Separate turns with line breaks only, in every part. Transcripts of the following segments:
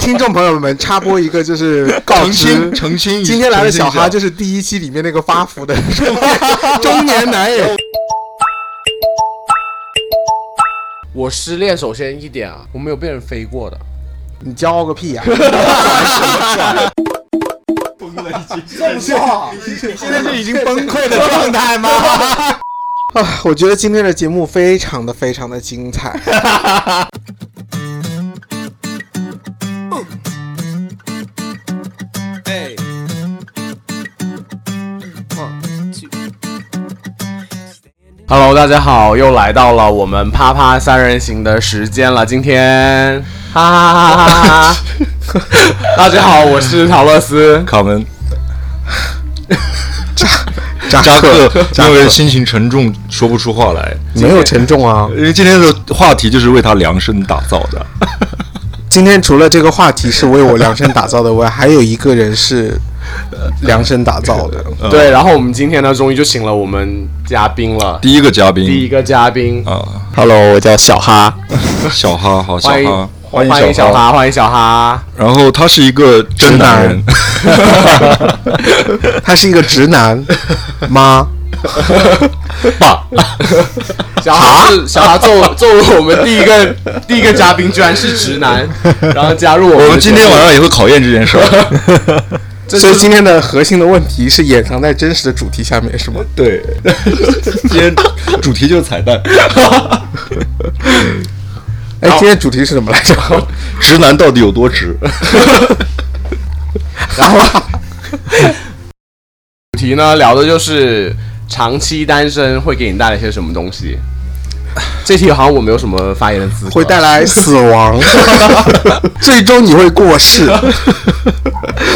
听众朋友们插播一个，就是告
澄
知
清澄清一，
今天来的
澄清
小
一下
哈就是第一期里面那个发福的中年男 人。
我失恋首先一点啊，我没有被人飞过的。
你骄傲个屁呀、
现在是已经崩溃的状态吗？
啊！我觉得今天的节目非常的非常的精彩。
Hello，大家好，又来到了我们啪啪三人行的时间了。今天，哈哈哈哈 哈哈！大家好，我是陶乐斯。
卡门， 扎扎克，因为心情沉重说不出话来，
没有沉重啊，
因为今天的话题就是为他量身打造的。
今天除了这个话题是为我量身打造的外，还有一个人是呃量身打造的。
对，然后我们今天呢，终于就请了我们嘉宾了，
第一个嘉宾，
第一个嘉宾，
啊，
Hello，我叫小哈。
小哈，好，小
欢迎
哈，
欢迎小。哈，欢迎小哈。
然后他是一个真男人，
他是一个直男吗？
小哈是小哈作作为我们第一个第一个嘉宾，居然是直男，然后加入我们
我们今天晚上也会考验这件事儿。
这
所以
是
今天的核心的问题是掩藏在真实的主题下面，是吗？
对，今天主题就是彩蛋，
哎，今天主题是什么来着？
直男到底有多直？
主题呢，聊的就是长期单身会给你带来些什么东西。这题好像我没有什么发言的资格。
会带来死亡，最终你会过世。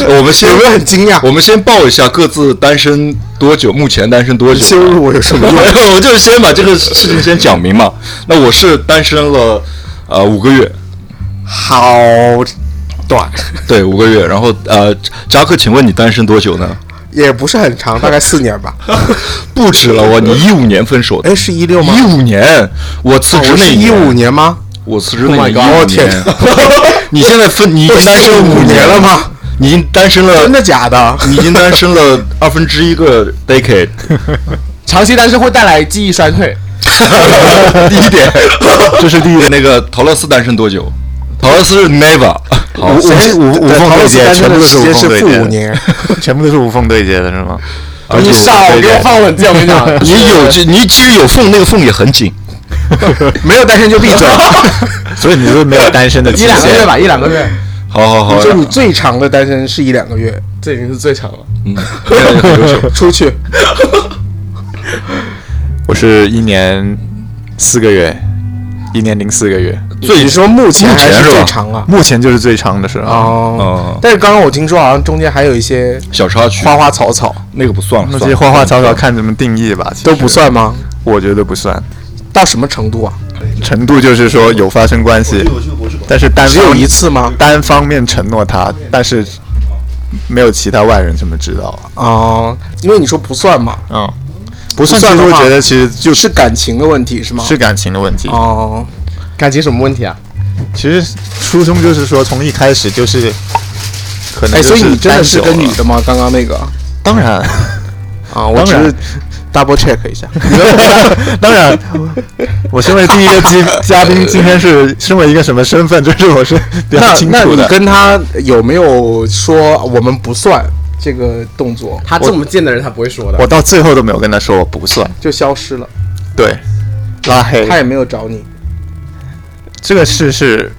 我们先
有没有很惊讶？
我们先报一下各自单身多久，目前单身多久？啊
羞辱我有什么用？
我们就先把这个事情先讲明嘛。那我是单身了，呃，五个月，
好短，
对，五个月。然后呃，扎克，请问你单身多久呢？
也不是很长，大概四年吧。
不止了，我你一五年分手的，
哎，是一六吗？
一五年，我辞
哦
职
我
那
是一五
年，
年吗？
我辞职那
Oh my
一
god，我
五
天
年， 你现在分，你已经单身
我是15
年
年了吗？
你已经单身
真
了，
的假的？
你已经单身了二分之一个 decade，
长期单身会带来记忆衰退。
第一点，这是第一点。那个陶乐斯单身多久？陶乐斯是 never，好，
无
谁
无无
对
缝
陶
对
乐斯
接，
单身
全部
的
都是
时
无
间
缝
是
对
负
接
五，年，
全部都是无缝对接的是吗？
而且
你少
对
给我
对
放稳健，我跟你讲，
你有这，你至于有缝，那个缝也很紧。
没有单身就闭嘴。
所以你是没有 单身的
一
极
两个月
限。
吧，一两个月，
好好好，
就你最长的单身是一两个月，
这已经是最长了。
哎
出去
我是一年四个月，一年零四个月，
最
你说目前还
目前是吧
最长啊？
目前就是最长的是啊。
哦
哦，
但是刚刚我听说好像中间还有一些
小插曲，
花花草草
那个不算了，
那
算
些
了
花花草草看怎么定义吧，其实
都不，算吗？
我觉得不算。
到什么程度啊？
程度就是说有发生关系，但是单
只有
方
一次吗？
单方面承诺他，但是没有其他外人怎么知道啊？
哦，因为你说不算嘛，
嗯，不
算
其实
的
我
话
觉得其实就
就是感情的问题是吗？
是感情的问题。
哦，
感情什么问题啊？
其实初衷就是说，从一开始就是可能
哎，
就
所以你真的
单
是
久
跟
了
女的吗？刚刚那个
当然，
啊，我只
当然
是 double check 一 下。
当然，我身为第一个 嘉嘉宾，今天是身为一个什么身份，这是我是比较
那
清
那
楚
你
的。
跟他有没有说我们不算这个动作
他这么贱的人，他不会说的。
我到最后都没有跟他说我不算，
就消失了？
对，拉黑
他也没有找你
这个事是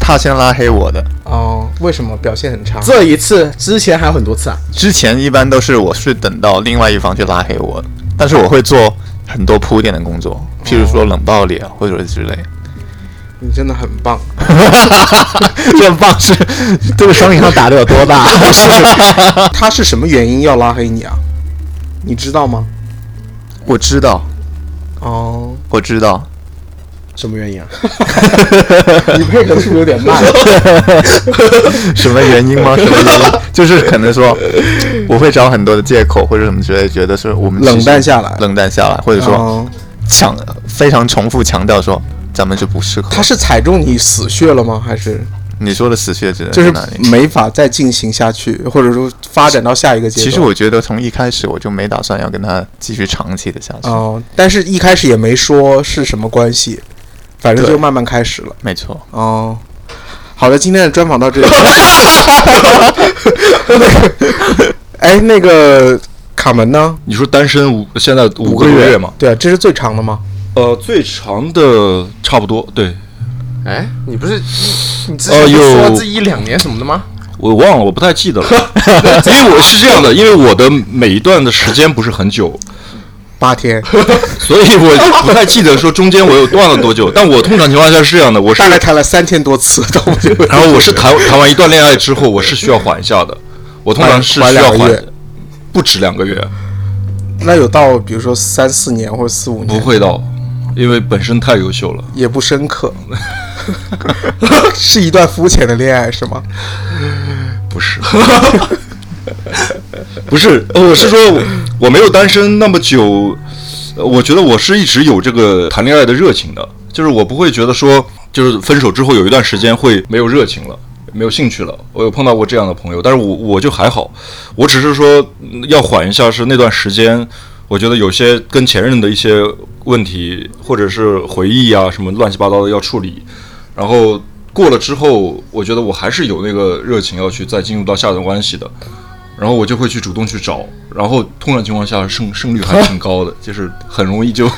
他先拉黑我的，
哦？为什么表现很差？
这一次之前还有很多次啊，
之前一般都是我是等到另外一方去拉黑我的，但是我会做很多铺垫的工作，譬如说冷暴力啊，或者之类。
你真的很棒，
这棒是这个双引号打的有多大？
他是什么原因要拉黑你啊？你知道吗？
我知道，
哦，
我知道，
什么原 因啊？
你配合速度有点慢。啊
什么原因吗？什么原因？就是可能说，我会找很多的借口或者什么之类，觉得是我们其实
冷淡下来
冷淡下来，或者说
哦，
强非常重复强调说咱们就不适合
他。是踩中你死穴了吗？还是
你说的死去的指的
就是
哪里？
没法再进行下去，或者说发展到下一个阶段。
其实我觉得从一开始我就没打算要跟他继续长期的下去。
哦，但是一开始也没说是什么关系，反正
对
就慢慢开始了。
没错，
哦，好的，今天的专访到 这里。 哎，那个卡门呢？
你说单身五现在五个多月嘛？
对啊，这是最长的吗？
呃，最长的差不多，对
哎，哦你不是你你之
哎
前不
呦
是说这一两年什么的吗？
我忘了，我不太记得了， 因为我是这样的，因为我的每一段的时间不是很久，
八天，
所以我不太记得说中间我有断了多久。但我通常情况下是这样的，我是
大概谈了三千多次，到我 这个
然后我是谈谈完一段恋爱之后，我是需要缓一下的，我通常是
缓
需要
缓两个月
缓，不止两 个月，
那有到比如说三四年或者四五
不
年，
会到，因为本身太优秀了。
也不深刻， 是一段肤浅的恋爱是吗？
不 是，不是，呃我是说我我没有单身那么久，呃我觉得我是一直有这个谈恋爱的热情的，就是我不会觉得说，就是分手之后有一段时间会没有热情了。没有兴趣了，我有碰到过这样的朋友，但是我我就还好，我只是说嗯要缓一下，是那段时间，我觉得有些跟前任的一些问题或者是回忆啊什么乱七八糟的要处理，然后过了之后，我觉得我还是有那个热情要去再进入到下一段关系的，然后我就会去主动去找，然后通常情况下胜胜率还挺高的，就是很容易 就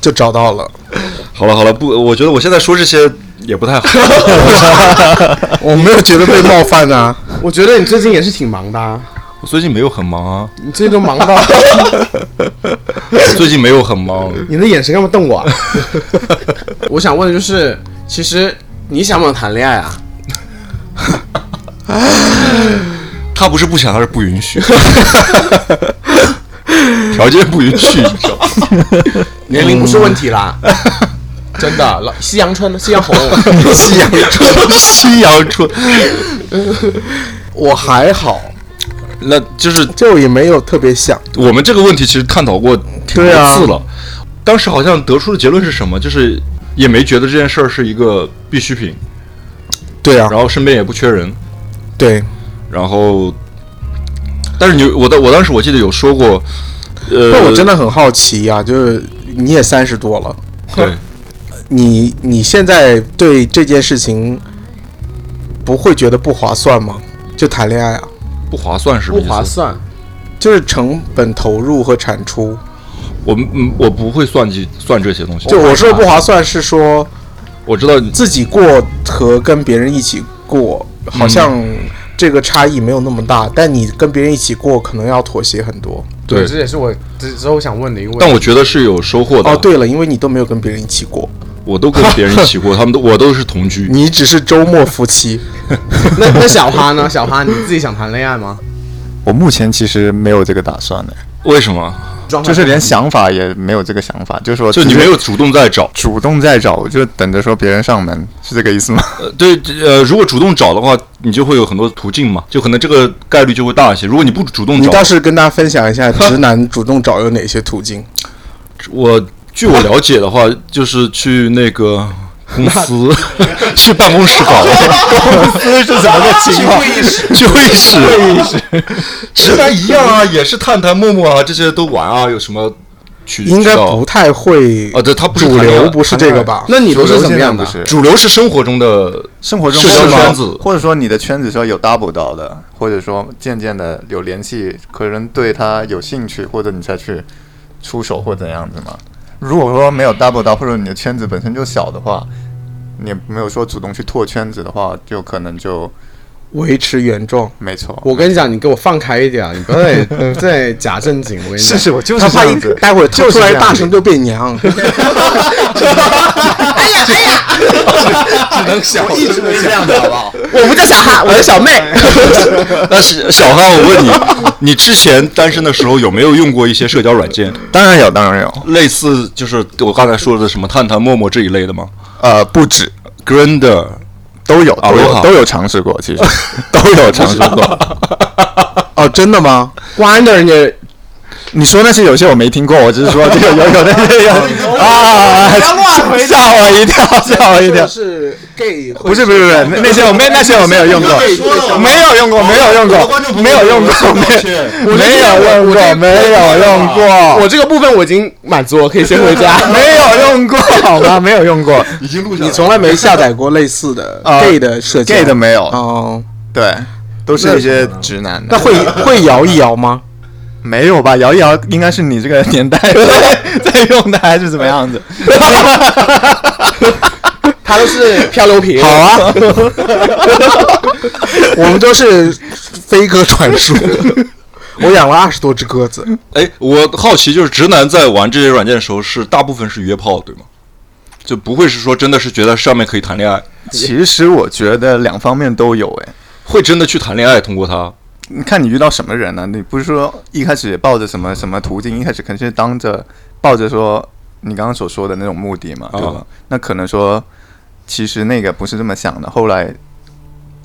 就找到了，
好了好了，不，我觉得我现在说这些也不太好，
我没有觉得被冒犯啊。
我觉得你最近也是挺忙的、啊，
我最近没有很忙啊，
你最近都忙 到
最近没有很忙，
你的眼神干嘛瞪我、啊？ 我想问的就是，其实你想不想谈恋爱啊？
他不是不想，他是不允许， 条件不允许，你知道吗？
年龄不是问题啦， 真的，老西洋 春，西洋红，
夕阳
夕阳春，
我还好，
那就是
就也没有特别想。
我们这个问题其实探讨过挺多
对啊
次了，当时好像得出的结论是什么？就是也没觉得这件事儿是一个必需品，
对啊，
然后身边也不缺人，
对，
然后，但是你我的我当时我记得有说过，呃，
那我真的很好奇呀、就是你也三十多了，
对，
你你现在对这件事情不会觉得不划算吗？就谈恋爱啊，
不划算是
不
不是
划。算。
就是成本投入和产出。
我嗯我不会算计算这些东西，
就我说的不
划，
划算是说
我知道
自己过和跟别人一起过，好像
嗯
这个差异没有那么大，但你跟别人一起过可能要妥协很多。
对，
这也是我之之后想问的一个问题。
但我觉得是有收获的。
哦，，对了，因为你都没有跟别人一起过，
我都跟别人一 起过，他们都我都是同居，
你只是周末夫妻。
那那小哈 呢？小哈，你自己想谈恋爱吗？
我目前其实没有这个打算的，
为什
啊
么？
状态
就是连想法也没有这个想法，就是说
就你
直接
没有主动在找。
主动在找，我就等着说别人上门，是这个意思吗？
呃，对，呃，如果主动找的话，你就会有很多途径嘛，就可能这个概率就会大一些。如果你不主动
你
找，
倒是跟大家分享一下 直男主动找有哪些途径？
我据我了解的话，就是去那个公司， 去办公室搞，
这是什么 个啊情况？
去会议室，会议室， 直男一样啊，也是探探、陌陌啊，这些都玩啊，有什么渠
应该
渠道
不太会
啊对他不是
主
谈恋爱
流，不是这个吧？
那你都是怎么样的
不？是
主流是生活中的
生活中
社交
或者说
圈子
或者说你的圈子说有 double 到的，或者说渐渐的有联系，可能对他有兴趣，或者你才去出手或怎样子嘛。如果说没有 double 到，或者你的圈子本身就小的话，你也没有说主动去拓圈子的话，就可能就
维持原状。
没错。
我跟你讲，你给我放开一点啊，你不要再 再假正经。我跟你讲，
是是，我就
他
是
怕
这
一
样子。
待会儿他
就是
突然
这样
大声就变 娘，
哎我一直都这样的，好不好？
我不叫小哈，我叫小妹。
但是小哈，我问你， 你之前单身的时候有没有用过一些社交软件，
当然有，当然有。
类似就是我刚才说的什么探探、陌陌这一类的吗
呃，不止，
？Grinder
都有，都有，
Aloha
都有尝试过，其实都有尝试过。
哦，真的吗？
关的人家
你说那些有些我没听过，我只是说这个有有那些有啊，
不要乱回答
吓我一跳，吓我一跳。
是 gay，
不是不是不是，那那些我没那些我没有用过，没有用过，没有用过，没有用过，没有没有用过，没有用过，
我这个部分我已经满足了，可以先回家。
没有用过，好吗？没有用过
已经录下来
你
了。
从来没下载过类似 的
啊
呃 gay 的社交
，gay 的没有，
哦，
对，都是一些直男
那
的，
会会摇一摇 吗？
没有吧？摇一摇应该是你这个年代 在用的还是怎么样子？
他都是漂流瓶，
好啊，我们都是飞鸽传书。 我养了二十多只鸽子，
哎，我好奇就是直男在玩这些软件的时候是大部分是约炮对吗？就不会是说真的是觉得上面可以谈恋爱，
其实我觉得两方面都有，哎。
会真的去谈恋爱通过它？
你看你遇到什么人呢、你不是说一开始也抱着什么什么途径，一开始肯定是当着抱着说你刚刚所说的那种目的嘛，
哦
对吧？那可能说其实那个不是这么想的，后来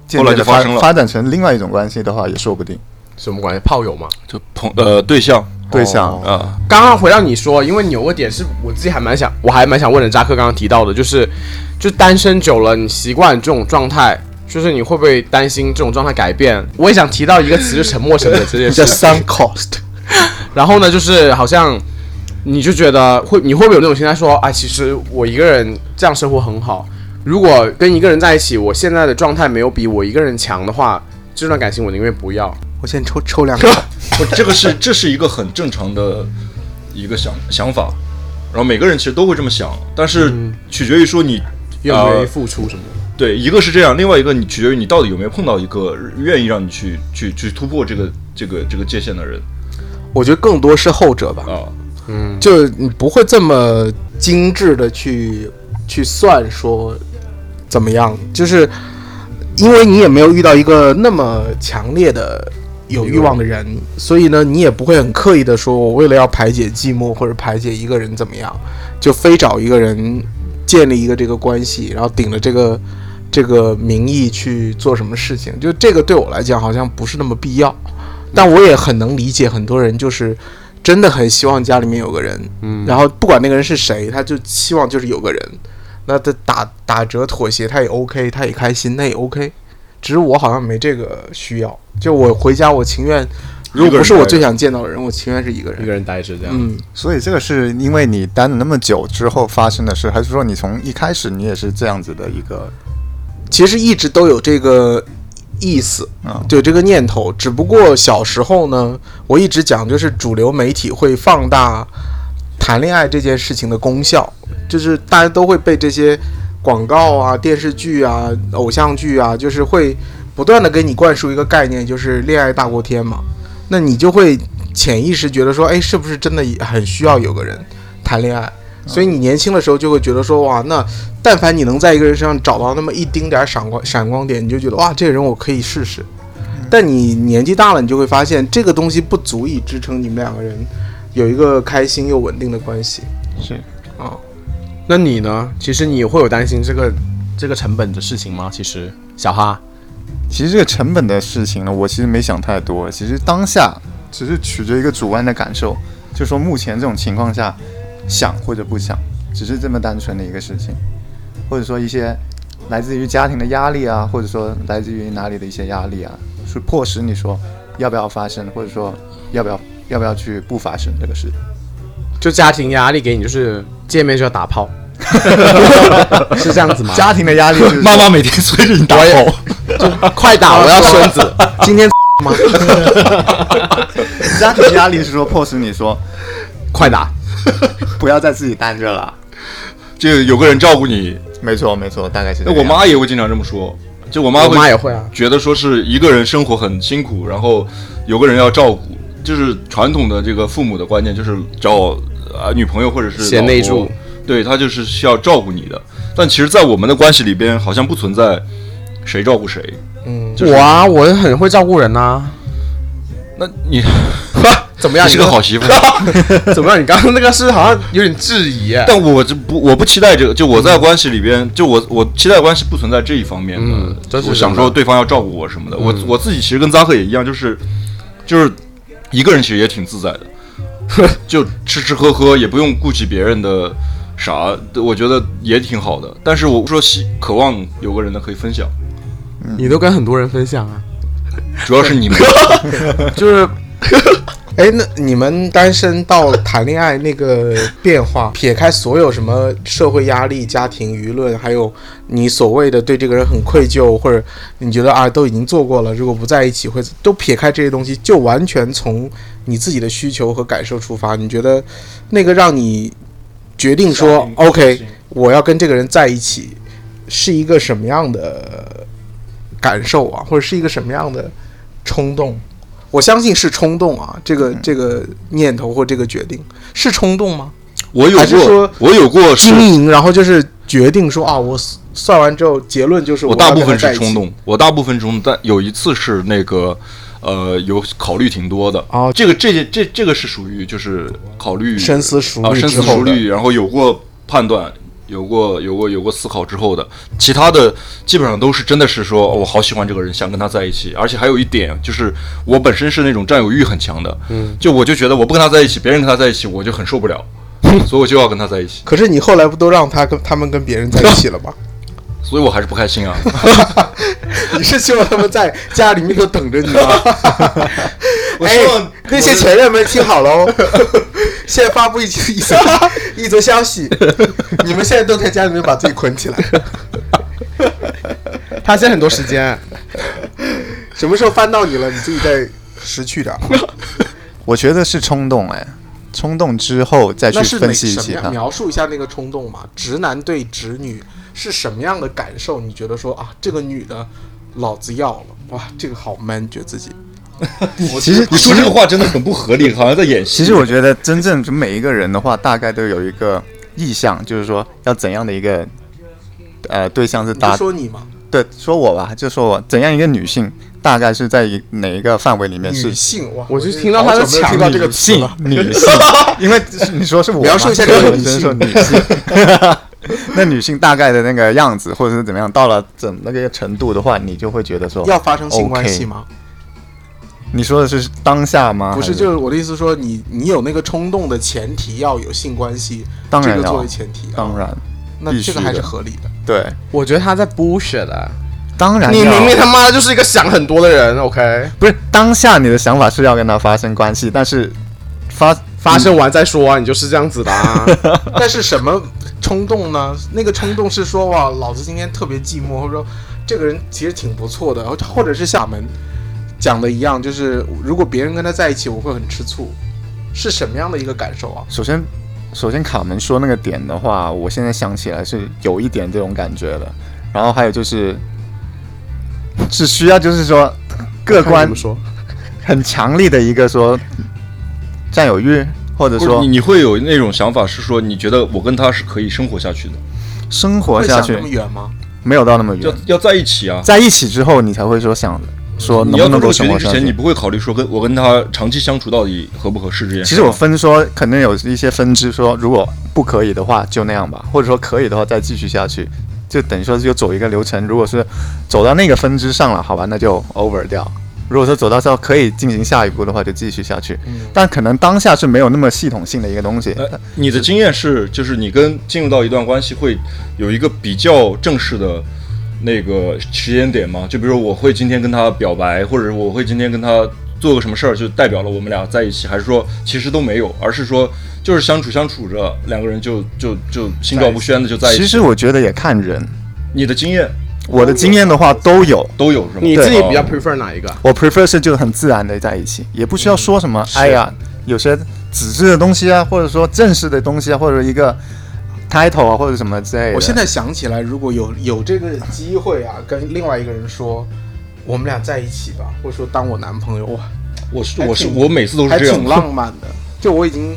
渐渐地
后来就发
发
生了
发展成另外一种关系的话，也说不定。
什么关系？炮友吗？
就朋呃对象
对象、
啊、
刚刚回到你说，因为你有个点是我自己还蛮想，我还蛮想问的。扎克刚刚提到的，就是就单身久了，你习惯这种状态，就是你会不会担心这种状态改变？我也想提到一个词，就是沉默成本这件
叫
事。
sun cost。
然后呢，就是好像你就觉得会，你会不会有那种心态说，哎，其实我一个人这样生活很好。如果跟一个人在一起，我现在的状态没有比我一个人强的话，这段感情我宁愿不要。
我先抽抽两口。
不，这个是这是一个很正常的一个想想法，然后每个人其实都会这么想，但是取决于说你
愿不愿意
呃
付出什么？
对，一个是这样，另外一个你取决于你到底有没有碰到一个愿意让你去去去突破这个这个这个界限的人
我觉得更多是后者吧，
啊。
嗯
就你不会这么精致的去去算说怎么样，就是因为你也没有遇到一个那么强烈的有欲望的人，所以呢，你也不会很刻意的说我为了要排解寂寞或者排解一个人怎么样，就非找一个人建立一个这个关系，然后顶着这个这个名义去做什么事情，就这个对我来讲好像不是那么必要，但我也很能理解很多人就是。真的很希望家里面有个人，嗯，然后不管那个人是谁，他就希望就是有个人，那他打打折妥协他也 OK，他也开心，那也 OK。只是我好像没这个需要，就我回家我情愿，如果不是我最想见到的人，我情愿是一个
一
人。
个人待着这样。
嗯，
所以这个是因为你单了那么久之后发生的事，还是说你从一开始你也是这样子的一个？
其实一直都有这个意思，
啊
对这个念头。只不过小时候呢，我一直讲就是主流媒体会放大谈恋爱这件事情的功效，就是大家都会被这些广告啊、电视剧啊、偶像剧啊，就是会不断的给你灌输一个概念，就是恋爱大过天嘛。那你就会潜意识觉得说，哎，是不是真的很需要有个人谈恋爱？所以你年轻的时候就会觉得说，哇，那但凡你能在一个人身上找到那么一丁点儿闪光闪光点，你就觉得哇，这个人我可以试试。但你年纪大了，你就会发现这个东西不足以支撑你们两个人有一个开心又稳定的关系。
是
啊，
那你呢？其实你会有担心这个这个成本的事情吗？其实小哈，
其实这个成本的事情呢，我其实没想太多。其实当下只是取决一个主观的感受，就说目前这种情况下，想或者不想，只是这么单纯的一个事情，或者说一些来自于家庭的压力啊，或者说来自于哪里的一些压力啊，是迫使你说要不要发生，或者说要不要要不要去不发生这个事。
就家庭压力给你，就是见面就要打 炮，是这样子吗？
家庭的压力就是
妈每天催着你打炮，
快打，我要孙子。
今天吗？
家庭压力是说迫使你说
快打，
不要再自己单着了。
就有个人照顾你。
没错，没错，大概是这
那
个
我
样子。
妈也会经常这么说，就我妈
我
会
妈也会啊。
觉得说是一个人生活很辛苦，然后有个人要照顾，就是传统的这个父母的观念，就是找啊、呃女朋友或者是老
贤
婆
内助，
对他就是需要照顾你的。但其实，在我们的关系里边，好像不存在谁照顾谁。
嗯，
就是
我啊，我很会照顾人啊呐、
那你
怎么样？
你是个
刚
好 媳妇，
怎么样？你刚刚那个是好像有点质疑耶。
但我就不我不期待这个，就我在关系里边，就我我期待关系不存在这一方面的，
嗯这是
我
什么
想说对方要照顾我什么的。我我自己其实跟扎克也一样，就是就是一个人其实也挺自在的。就吃吃喝喝，也不用顾及别人的啥，我觉得也挺好的。但是我说希渴望有个人呢可以分享，
你都跟很多人分享啊，
主要是你们
就是
哎，那你们单身到谈恋爱那个变化， 撇开所有什么社会压力、家庭舆论，还有你所谓的对这个人很愧疚，或者你觉得啊都已经做过了，如果不在一起会都撇开这些东西，就完全从你自己的需求和感受出发。你觉得那个让你决定
啊
说 OK，我要跟这个人在一起，是一个什么样的感受啊，或者是一个什么样的冲动？我相信是冲动啊，这个这个念头或这个决定是冲动吗？
我有
还是
过
说，
我有过是，
经营，然后就是决定说啊，我算完之后结论就是
我
要
大部
跟
分
他在
是
一起
冲动，我大部分冲动，但有一次是那个，呃，有考虑挺多的。
哦
这个这些这这个是属于就是考虑
深思熟
啊，
虑
深
之
思
后
熟
的。
虑，然后有过判断，有过有过有过思考之后的，其他的基本上都是真的是说、哦我好喜欢这个人，想跟他在一起。而且还有一点就是，我本身是那种占有欲很强的，嗯，就我就觉得我不跟他在一起，别人跟他在一起，我就很受不了，所以我就要跟他在一起，
可是你后来不都让他跟他们跟别人在一起了 吗？
所以我还是不开心啊。
你是希望他们在家里面都等着你吗？
我
哎
希望，
那些前任们听好了哦， 现在发布一一则一则消 息，你们现在都在家里面把自己捆起来，
他现在很多时间，
什么时候翻到你了，你自己再识趣 点儿。
我觉得是冲动哎，冲动之后再
那
去
是哪
分析
什么
其
样
他。
描述一下那个冲动嘛？直男对直女是什么样的感受？你觉得说啊，这个女的，老子要了，哇，这个好 man，觉得自己
其实
你说这个话真的很不合理，好像在演戏。
其实我觉得真正就每一个人的话，大概都有一个意向，就是说要怎样的一个呃对象是
你就
搭
说你嘛，
对说我吧，就说我怎样一个女性，大概是在一哪一个范围里面呃是
女性哇，
我就
真
听到
好
他
久没
在
有
抢
听到这
女
个词了。
女性，因为你说是我嘛
描述一下这个女性
所以我只能说女性， 那女性大概的那个样子或者是怎么样，到了怎那个程度的话，你就会觉得说
要发生性关系
OK
吗
你说的是当下吗？
不是，
还
就是我的意思说你，你有那个冲动的前提要有性关系，
当然
这个
要
作为前提啊，
当然
那
必
这
须
个还是
的
合理的。
对，
我觉得他在 bullshit 啊。
当然
你
要
明明他妈的就是一个想很多的人，OK？
不是当下你的想法是要跟他发生关系，但是发
发生完再说啊，你就是这样子的 啊。
但是什么冲动呢？那个冲动是说哇，老子今天特别寂寞，或者说这个人其实挺不错的，然后或者是厦门讲的一样，就是如果别人跟他在一起，我会很吃醋，是什么样的一个感受啊？
首先，首先卡门说那个点的话，我现在想起来是有一点这种感觉的。然后还有就是，是需要就是说
看
各
你
关
怎么说？
很强力的一个说占有欲，或者
不是
说
你你会有那种想法，是说你觉得我跟他是可以生活下去的，
生活
会
下
想那么
去
远吗？
没有到那么
要
远，
要在一起啊。
在一起之后你才会说想说
你
能
要
不
做
能
这
够
个决
生
定
活
之
下
前，你
去。
不会考虑说跟我跟他长期相处到底合不合适这件事吗。啊
其实我分说，肯定有一些分支说，如果不可以的话就那样吧，或者说可以的话再继续下去，就等于说就走一个流程。如果是走到那个分支上了，好吧，那就 over 掉。如果说走到这可以进行下一步的话，就继续下去。但可能当下是没有那么系统性的一个东西。
呃，你的经验是，就是你跟进入到一段关系会有一个比较正式的那个时间点吗？就比如我会今天跟他表白，或者我会今天跟他做个什么事儿，就代表了我们俩在一起，还是说其实都没有，而是说就是相处相处着，两个人就就就心照不宣的就在一
其
起。
实我觉得也看人，
你的经验
我的经验的话都有。
都有是吗？
你自己比较
哦
prefer 哪一个？
我 prefer 是就很自然的在一起，也不需要说什么，
嗯
哎呀，有些纸质的东西啊，或者说正式的东西啊，或者一个 title 啊，或者什么之类的。
我现在想起来，如果有有这个机会啊，跟另外一个人说，我们俩在一起吧，或者说当我男朋友，哇，
我是
还
我是
挺
我每次都是
还
这样
挺
的，
浪漫的。就我已经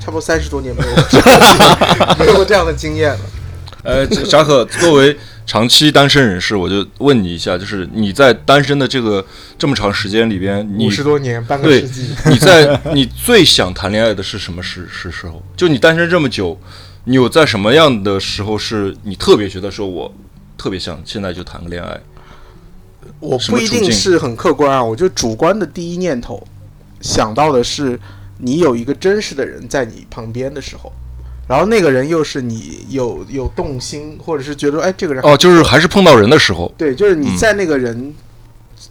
差不多三十多年没有没有过这样的经验了。
呃，这扎克，作为长期单身人士，我就问你一下，就是你在单身的这个这么长时间里边，你
五十多年，半个
对
世纪。
你在你最想谈恋爱的是什么时时时候？就你单身这么久，你有在什么样的时候是你特别觉得说我特别想现在就谈个恋爱？
我
什
不
么
一
处
定
境
是很客观啊，我就主观的第一念头想到的是你有一个真实的人在你旁边的时候，然后那个人又是你有有动心，或者是觉得哎这个人
哦，嗯就是还是碰到人的时候，
对，就是你在那个人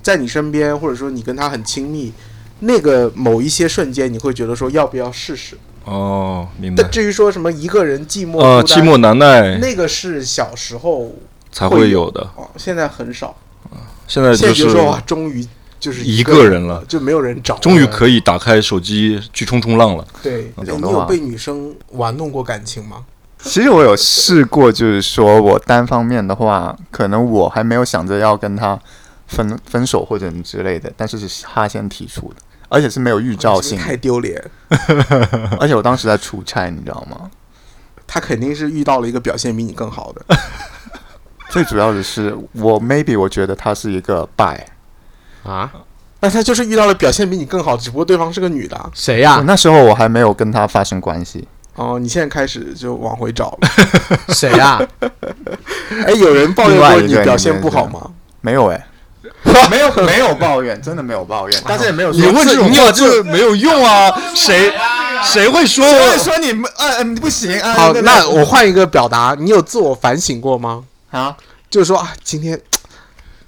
在你身边，或者说你跟他很亲密，那个某一些瞬间，你会觉得说要不要试试？
哦，明白
但。至于说什么一个人寂寞
呃，
孤
寂
单
寞难耐
那个是小时候
才
会
会
有
有的，
哦，现在很少。
现在
现
就
在觉
是
得说哇，终于就是
一
个
个人了，
就没有人找我了，
终于可以打开手机去冲冲浪了。
对。
那
哎
种
你
的
有
话
被女生玩弄过感情吗？
其实我有试过，就是说我单方面的话，可能我还没有想着要跟他分分手或者什么之类的，但是是他先提出的，而且是没有预兆
啊是
性
不哦是，太丢脸。
而且我当时在出差，你知道吗？
他肯定是遇到了一个表现比你更好的，
最主要的是，我 maybe 我觉得他是一个 bi，
啊？
那他就是遇到了表现比你更好，只不过对方是个女的啊。
谁
我
呀？
那时候我还没有跟他发生关系，
哦，你现在开始就往回找了。
谁呀？
哎，有人抱怨过你
另外一个
表现不好吗？
没有哎、 没有没有抱怨，真的没有抱怨，大家也没有
你问这种话就是没有用啊，谁谁会说？
所以说你们啊，嗯不行啊，
好，
对吧
那我换一个表达，你有自我反省过吗？
啊，
就是说啊，今天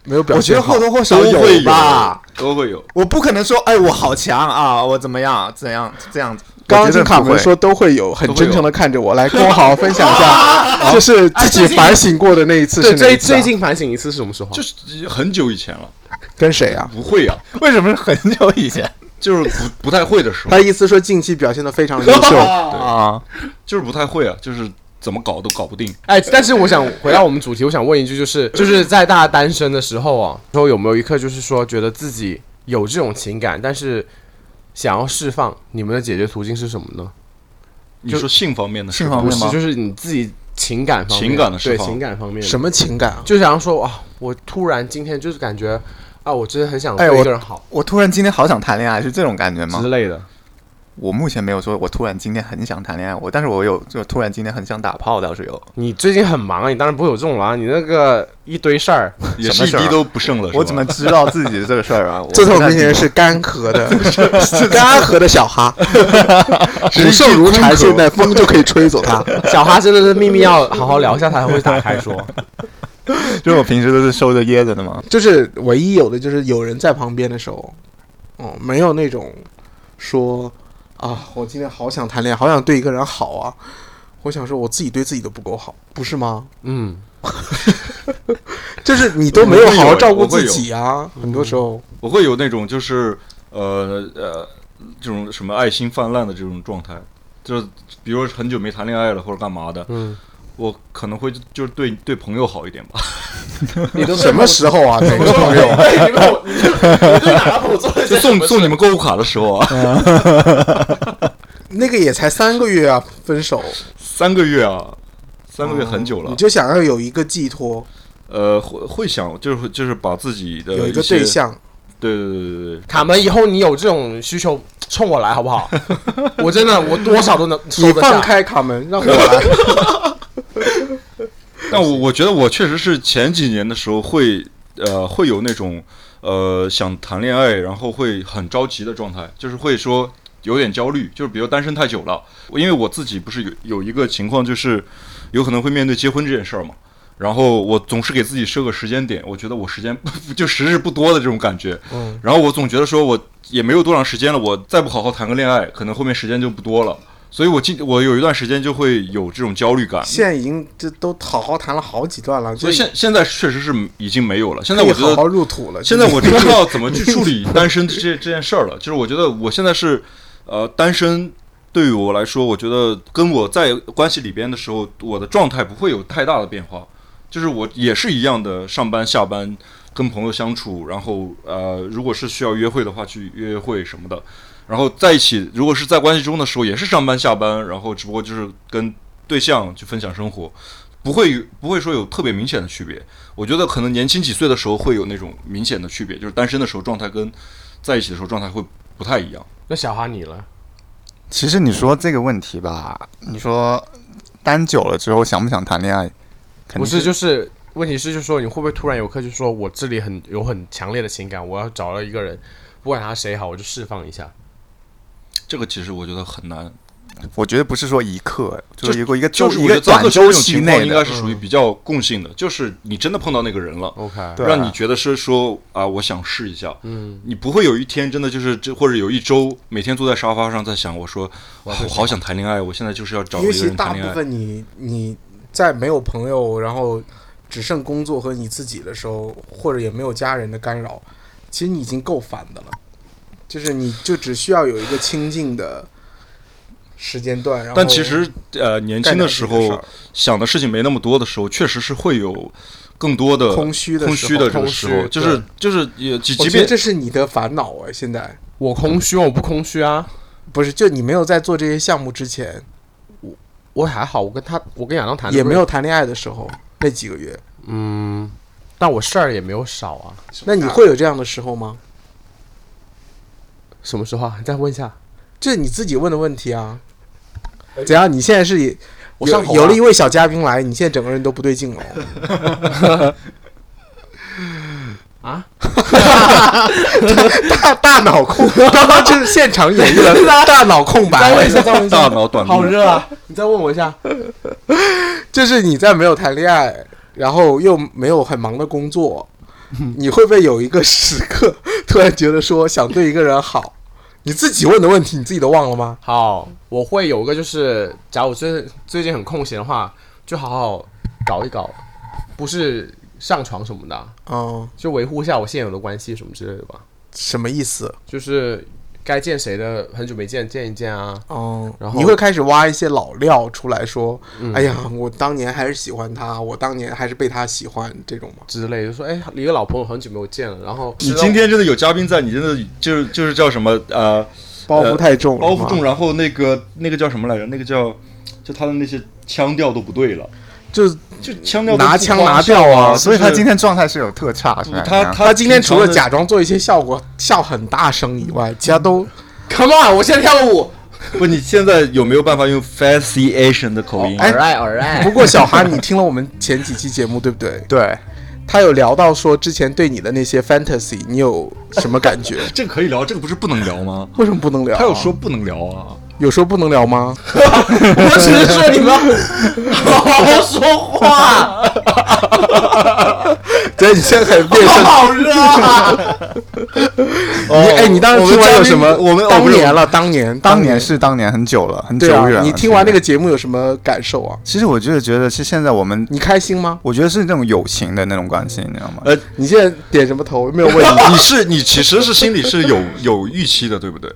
没有表
我觉
现
得
好
或，多或少
都会
吧。，
都会有。
我不可能说，哎，我好强啊，我怎么样，怎样，这样子。
刚刚
我觉
听
得
卡
不
门
会
说都会有，很
都会有
真诚的看着我，来跟我好好分享一下，就是自己反省过的那一次是
对，
哪一
最
次啊
最近反省一次是什么时候？啊
就是很久以前了，
跟谁啊？
不会啊，
为什么是很久以前
就是不不太会的时候
他，意思说近期表现的非常优 秀，
啊？
就是不太会啊，就是怎么搞都搞不定。
哎，但是我想回到我们主题，我想问一句，就是就是在大家单身的时候啊，说有没有一刻就是说觉得自己有这种情感，但是想要释放，你们的解决途径是什么呢？
你说性方面的事
性
吗
方
不
面
是，
吗
就是你自己情感方面，
情感的释
对
放
情感方面的，
什么情感啊？
就想要说啊，我突然今天就是感觉啊，我真的很想
哎
对
我
一个人好、
我突然今天好想谈恋爱，是这种感觉吗
之？类的。
我目前没有说我突然今天很想谈恋爱，我但是我有就突然今天很想打炮，倒是有。
你最近很忙啊，你当然不会有这种了啊，你那个一堆事 儿，
也
什
是
么
一
事儿啊
滴都不剩了。
我怎么知道自己这个事儿啊？
这在我
我
面前是干涸 的， 干涸的小哈，骨瘦如柴，现在风就可以吹走它。
小哈真的是秘密要好好聊一下，才会打开说。
就我平时都是收着掖着的嘛。
就是唯一有的就是有人在旁边的时候，哦，没有那种说啊，我今天好想谈恋爱，好想对一个人好啊。我想说，我自己对自己都不够好，不是吗？
嗯，
就是你都没有好好照顾
我会
自
有嗯
己啊，很多时候，
我会有那种就是呃呃这种什么爱心泛滥的这种状态，就是比如说很久没谈恋爱了或者干嘛的，
嗯，
我可能会就就是对对朋友好一点吧。
你都什么时 候啊？哪个朋友？
对，你们我，你对哪个我做了
就送送你们购物卡的时候啊，
那个也才三个月啊，分手，
三个月啊，三个月很久
哦
了。
你就想要有一个寄托，
呃，会会想就是会就是把自己的
有一个
些
对，象。
对对对对对，
卡门，以后你有这种需求，冲我来好不 好？我真的，我多少都能收
你
得下
放。开卡门，让我来。
但我我觉得我确实是前几年的时候会呃会有那种呃想谈恋爱，然后会很着急的状态，就是会说有点焦虑，就是比如单身太久了，因为我自己不是有有一个情况就是有可能会面对结婚这件事儿嘛。然后我总是给自己设个时间点，我觉得我时间 就时日不多的这种感觉。
嗯，
然后我总觉得说我也没有多长时间了，我再不好好谈个恋爱，可能后面时间就不多了。所以我近我有一段时间就会有这种焦虑感。
现在已经这都好好谈了好几段了，
所
就
以现现在确实是已经没有了。现在
可以
我觉
好好
得，
入土了。
现在我知道怎么去处理单身这这件事儿了。就是我觉得我现在是，呃，单身对于我来说，我觉得跟我在关系里边的时候，我的状态不会有太大的变化。就是我也是一样的，上班下班，跟朋友相处，然后呃，如果是需要约会的话，去约约会什么的。然后在一起，如果是在关系中的时候，也是上班下班，然后只不过就是跟对象去分享生活，不会不会说有特别明显的区别。我觉得可能年轻几岁的时候会有那种明显的区别，就是单身的时候状态跟在一起的时候状态会不太一样。
那小哈你了，
其实你说这个问题吧，你说单久了之后想不想谈恋爱？肯定
不是就是问题是，就是说你会不会突然有刻，就说我这里很有很强烈的情感，我要找到一个人，不管他谁好，我就释放一下。
这个其实我觉得很难，
我觉得不是说一刻，
就
就是一个一个
就
周
是
一
我觉
个
得张
短
克这
周
种
期
情况
内
应该
的，
是属于比较共性的，就是你真的碰到那个人了。
OK，
对
让你觉得是说啊，我想试一下，
嗯，
你不会有一天真的就是这，或者有一周每天坐在沙发上在想，我说
我
我
要谈恋爱
好想谈恋爱，我现在就是要找
因为
一
其
个
实
人
大
谈
部
恋爱。
分你你在没有朋友，然后只剩工作和你自己的时候，或者也没有家人的干扰，其实你已经够烦的了。就是你就只需要有一个清静的时间段，然后
但其实呃，年
干
轻
点
的
自己
时
的事
候
儿
想的事情没那么多的时候，确实是会有更多的
空虚的
空
时
虚
候
的这
空
个时候，
虚
就是就是也即
我
即
觉得
便
这是你的烦恼哎，现在
我空虚吗？我不空虚啊，
不是就你没有在做这些项目之前，
我还好，我跟他，我跟亚当谈的
也
不
没
是
有，谈恋爱的时候那几个 月，
嗯，但我事儿也没有少啊。
那你会有这样的时候吗？
什么时候啊？你再问一下。
这是你自己问的问题啊。怎样？你现在是有
呃我上头啊
有了一位小嘉宾来，你现在整个人都不对劲了。
啊！
大大脑 空，刚刚就是现场演绎
啊
了大脑空白。
再问一下，再问一
哎大
下。
脑短
好
路。
热啊！你再问我一下。
就是你在没有谈恋爱，然后又没有很忙的工 作，你会不会有一个时刻突然觉得说想对一个人好？你自己问的问题你自己都忘了吗？
好，我会有一个就是，假如我最最近很空闲的话，就好好搞一搞，不是上床什么的啊，
哦、
就维护一下我现有的关系什么之类的吧。
什么意思？
就是该见谁的，很久没见见一见啊。
哦、
然后
你会开始挖一些老料出来说，哎呀，我当年还是喜欢他，我当年还是被他喜欢这种吗？
之类的，就说哎，一个老朋友很久没有见了，然后
你今天真的有嘉宾在，你真的就是就是叫什么呃
包袱太重了
包
吗，
袱重，然后那个那个叫什么来着？那个叫就他的那些腔调都不对了，
就
就腔调都
拿
不
腔
欢
拿调
笑
啊
就
哦所以他
是
今天状态是有特差，是吧？
他
哎他今天
平常
除了
的
假装做一些效果笑很大声以外，其他 都
come on，我现在跳个舞，
不，你现在有没有办法用 fancy Asian 的口音？
哎，耳爱耳爱
不，过小哈，你听了我们前几期节目对不对？
对，
他有聊到说之前对你的那些 fantasy，你有什么感觉？
这个可以聊，这个不是不能聊吗？
为什么不能聊啊、
他有说不能聊啊，
有说不能聊吗？
我只是说你们好好说 话，
对，你现在开始变
哦
声。
好热啊！
你哎，你当时听完有什么？
我们
当年了，当年，
当年是当年很久了，很久
对
远了
啊。。你听完那个节目有什么感受啊？
其实，其实我就是觉得是现在我们，
你开心吗？
我觉得是那种友情的那种关系，你知道吗？
呃，
你现在点什么头？没有问你，
你你是你其实是心里是有 有预期的，对不对？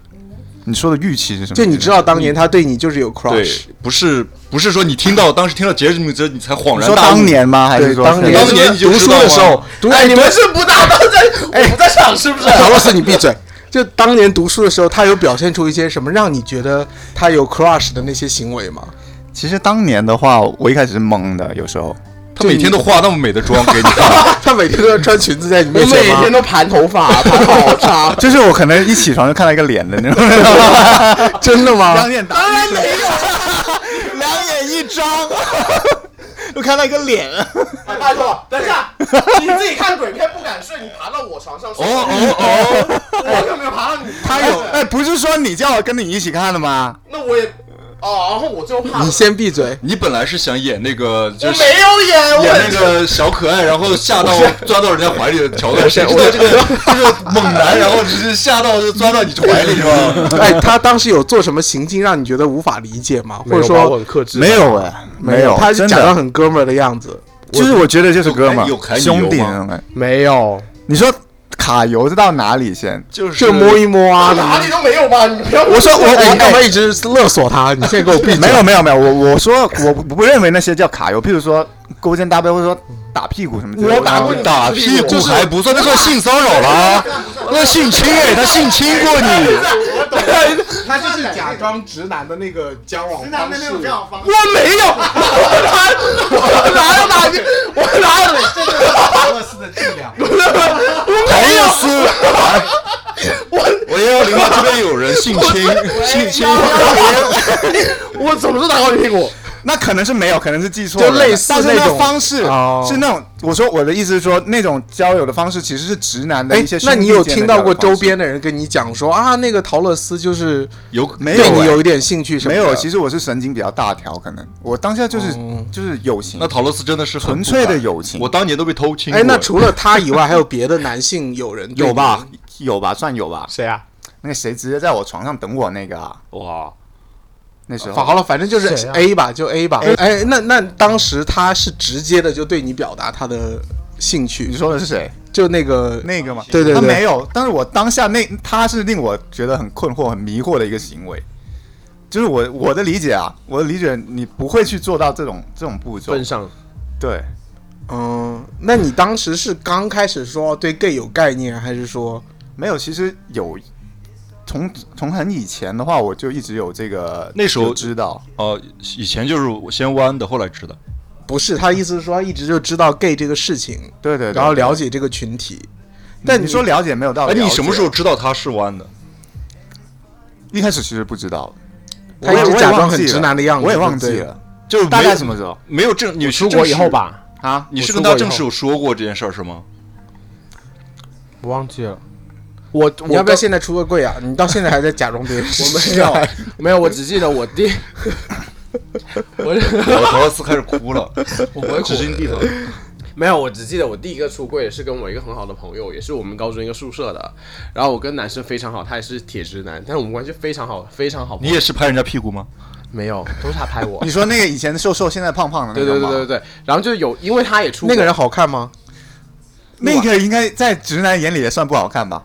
你说的预期是什 么？
就你知道当年他对你就是有 crush，，
啊不是不是说你听到当时听到节目之后你才恍
你
然
说
大悟
当。年吗？还是
对，
说
当
现
年
在
当年你就
读
知
书
道啊
的
吗
时候，读
哎，你们是不 打算在，我不在场是不是？
陶 老师，你闭嘴。就当年读书的时候，他有表现出一些什么让你觉得他有 crush 的那些行为吗？
其实当年的话，我一开始是懵的，有时候。
他每天都化那么美的妆给你 看，
他每天都要穿裙子在你
我
面
每
前吗
天？都盘头发，盘好长
就是我可能一起床就看到一个脸的那种，
真的吗？
眼打
当然没有，
两眼一张，就看到一个脸。
哎拜托，等一 下，你自己看鬼片不敢睡，你爬到我床上睡，
哦哦哦，
我又没有爬到你，
他有哎，不是说你叫我跟你一起看的吗？
那我也，哦，然后我最后怕
你先闭嘴。
你本来是想演那个
我
就是。
没有演， 我
演
很
那个小可爱，然后吓到钻到人家怀里的桥段，谁知道这个这个猛男，然后直接吓到就钻到你怀里是 吧？
哎，他当时有做什么行径让你觉得无法理解吗？或者说
很克制
没有哎，没有，
他是
真
假装
的，
很哥们儿的样子。
就是我觉得就是哥们
有
儿
凯有凯
兄弟
你有吗
那种感觉。
没有，
你说卡油是到哪里先？
就是
就摸一摸啊！
哪里都没有吧？你不要
我说我
哎
我干嘛一直勒索他？你现在给我闭嘴！
没有没有没有，我我说我不不认为那些叫卡油，譬如说勾肩搭背或者说打屁股什么之类的。
我打过你
打屁股还不算，那算性骚扰啦，那性侵哎，他性侵过你。
他就是假装直男的那个交往方式。
我没有，我哪我哪有打你？我
哎
哪有？
没有输。我我幺零 这边有人性侵，性侵，
我什么时候打过你屁股？
那可能是没有，可能是记错
就
了，
类似
但是
那
那
种
方式、
哦
是那种，我说我的意思是说，那种交友的方式其实是直男的
哎
一些，兄
那
弟
你
间的交友
有
方式。
听到过周边的人跟你讲说啊，那个陶乐斯就是
有
没有
对你
哎
有一点兴趣什么
没
的？
有？其实我是神经比较大条，可能我当下就是、
哦
就是友情
那，陶乐斯真的是很
纯粹的
不敢
友情
我当年都被偷亲过。
哎，那除了他以外，还有别的男性友人对
有
你
吧？？有吧？算有吧？
谁啊？
那个谁直接在我床上等我那个啊？
哇，
那时
好
候
了，反正就是
谁啊
A 吧，就 A 吧。哎，那那当时他是直接的就对你表达他的兴
你
趣，
说的是谁？
就那个
那个吗？
对对
他
对
没有。但是我当下那他是令我觉得很困惑、很迷惑的一个行为。就是我我的理解啊，我的理解，你不会去做到这种这种步骤
份。上，
对，
嗯，那你当时是刚开始说对 gay 有概念，还是说
没有，其实有从从很以前的话，我就一直有这个，
那时候
就知道
呃，以前就是我先弯的，后来知道。
不是？他意思是说他一直就知道 gay 这个事情，
对对对
然后了解这个群体。
但
但
你
你
说了解没有到
哎，
了解？
你什么时候知道他是弯的？
一开始其实不知道，
他
我也
一直
我也
假装
忘
很
记
直
了
男的样子，
我也忘
对不
记
对。
了
就是没
大概什么时候
没有正你
出国以后？吧，
啊？
你是
我
跟
出国
他
以
正
后
式有说过这件事儿是吗？
我忘记了，
我我
你要不要
刚
现在出个柜啊？你到现在还在假装别人是
没有没有，我只记得我 弟，我
我陶乐斯开始哭 了，
我不会
指
哭。
心地疼。
没有，我只记得我第一个出柜是跟我一个很好的朋友，也是我们高中一个宿舍的。然后我跟男生非常好，他也是铁直男，但是我们关系非常好，非常好。
你也是拍人家屁股吗？
没有，都是他拍我
你。说那个以前瘦瘦，现在胖胖的那
对
个
对对对
吗
对，然后就有，因为他也出
那个
国
人好看吗？
那个应该在直男眼里也算不好看吧？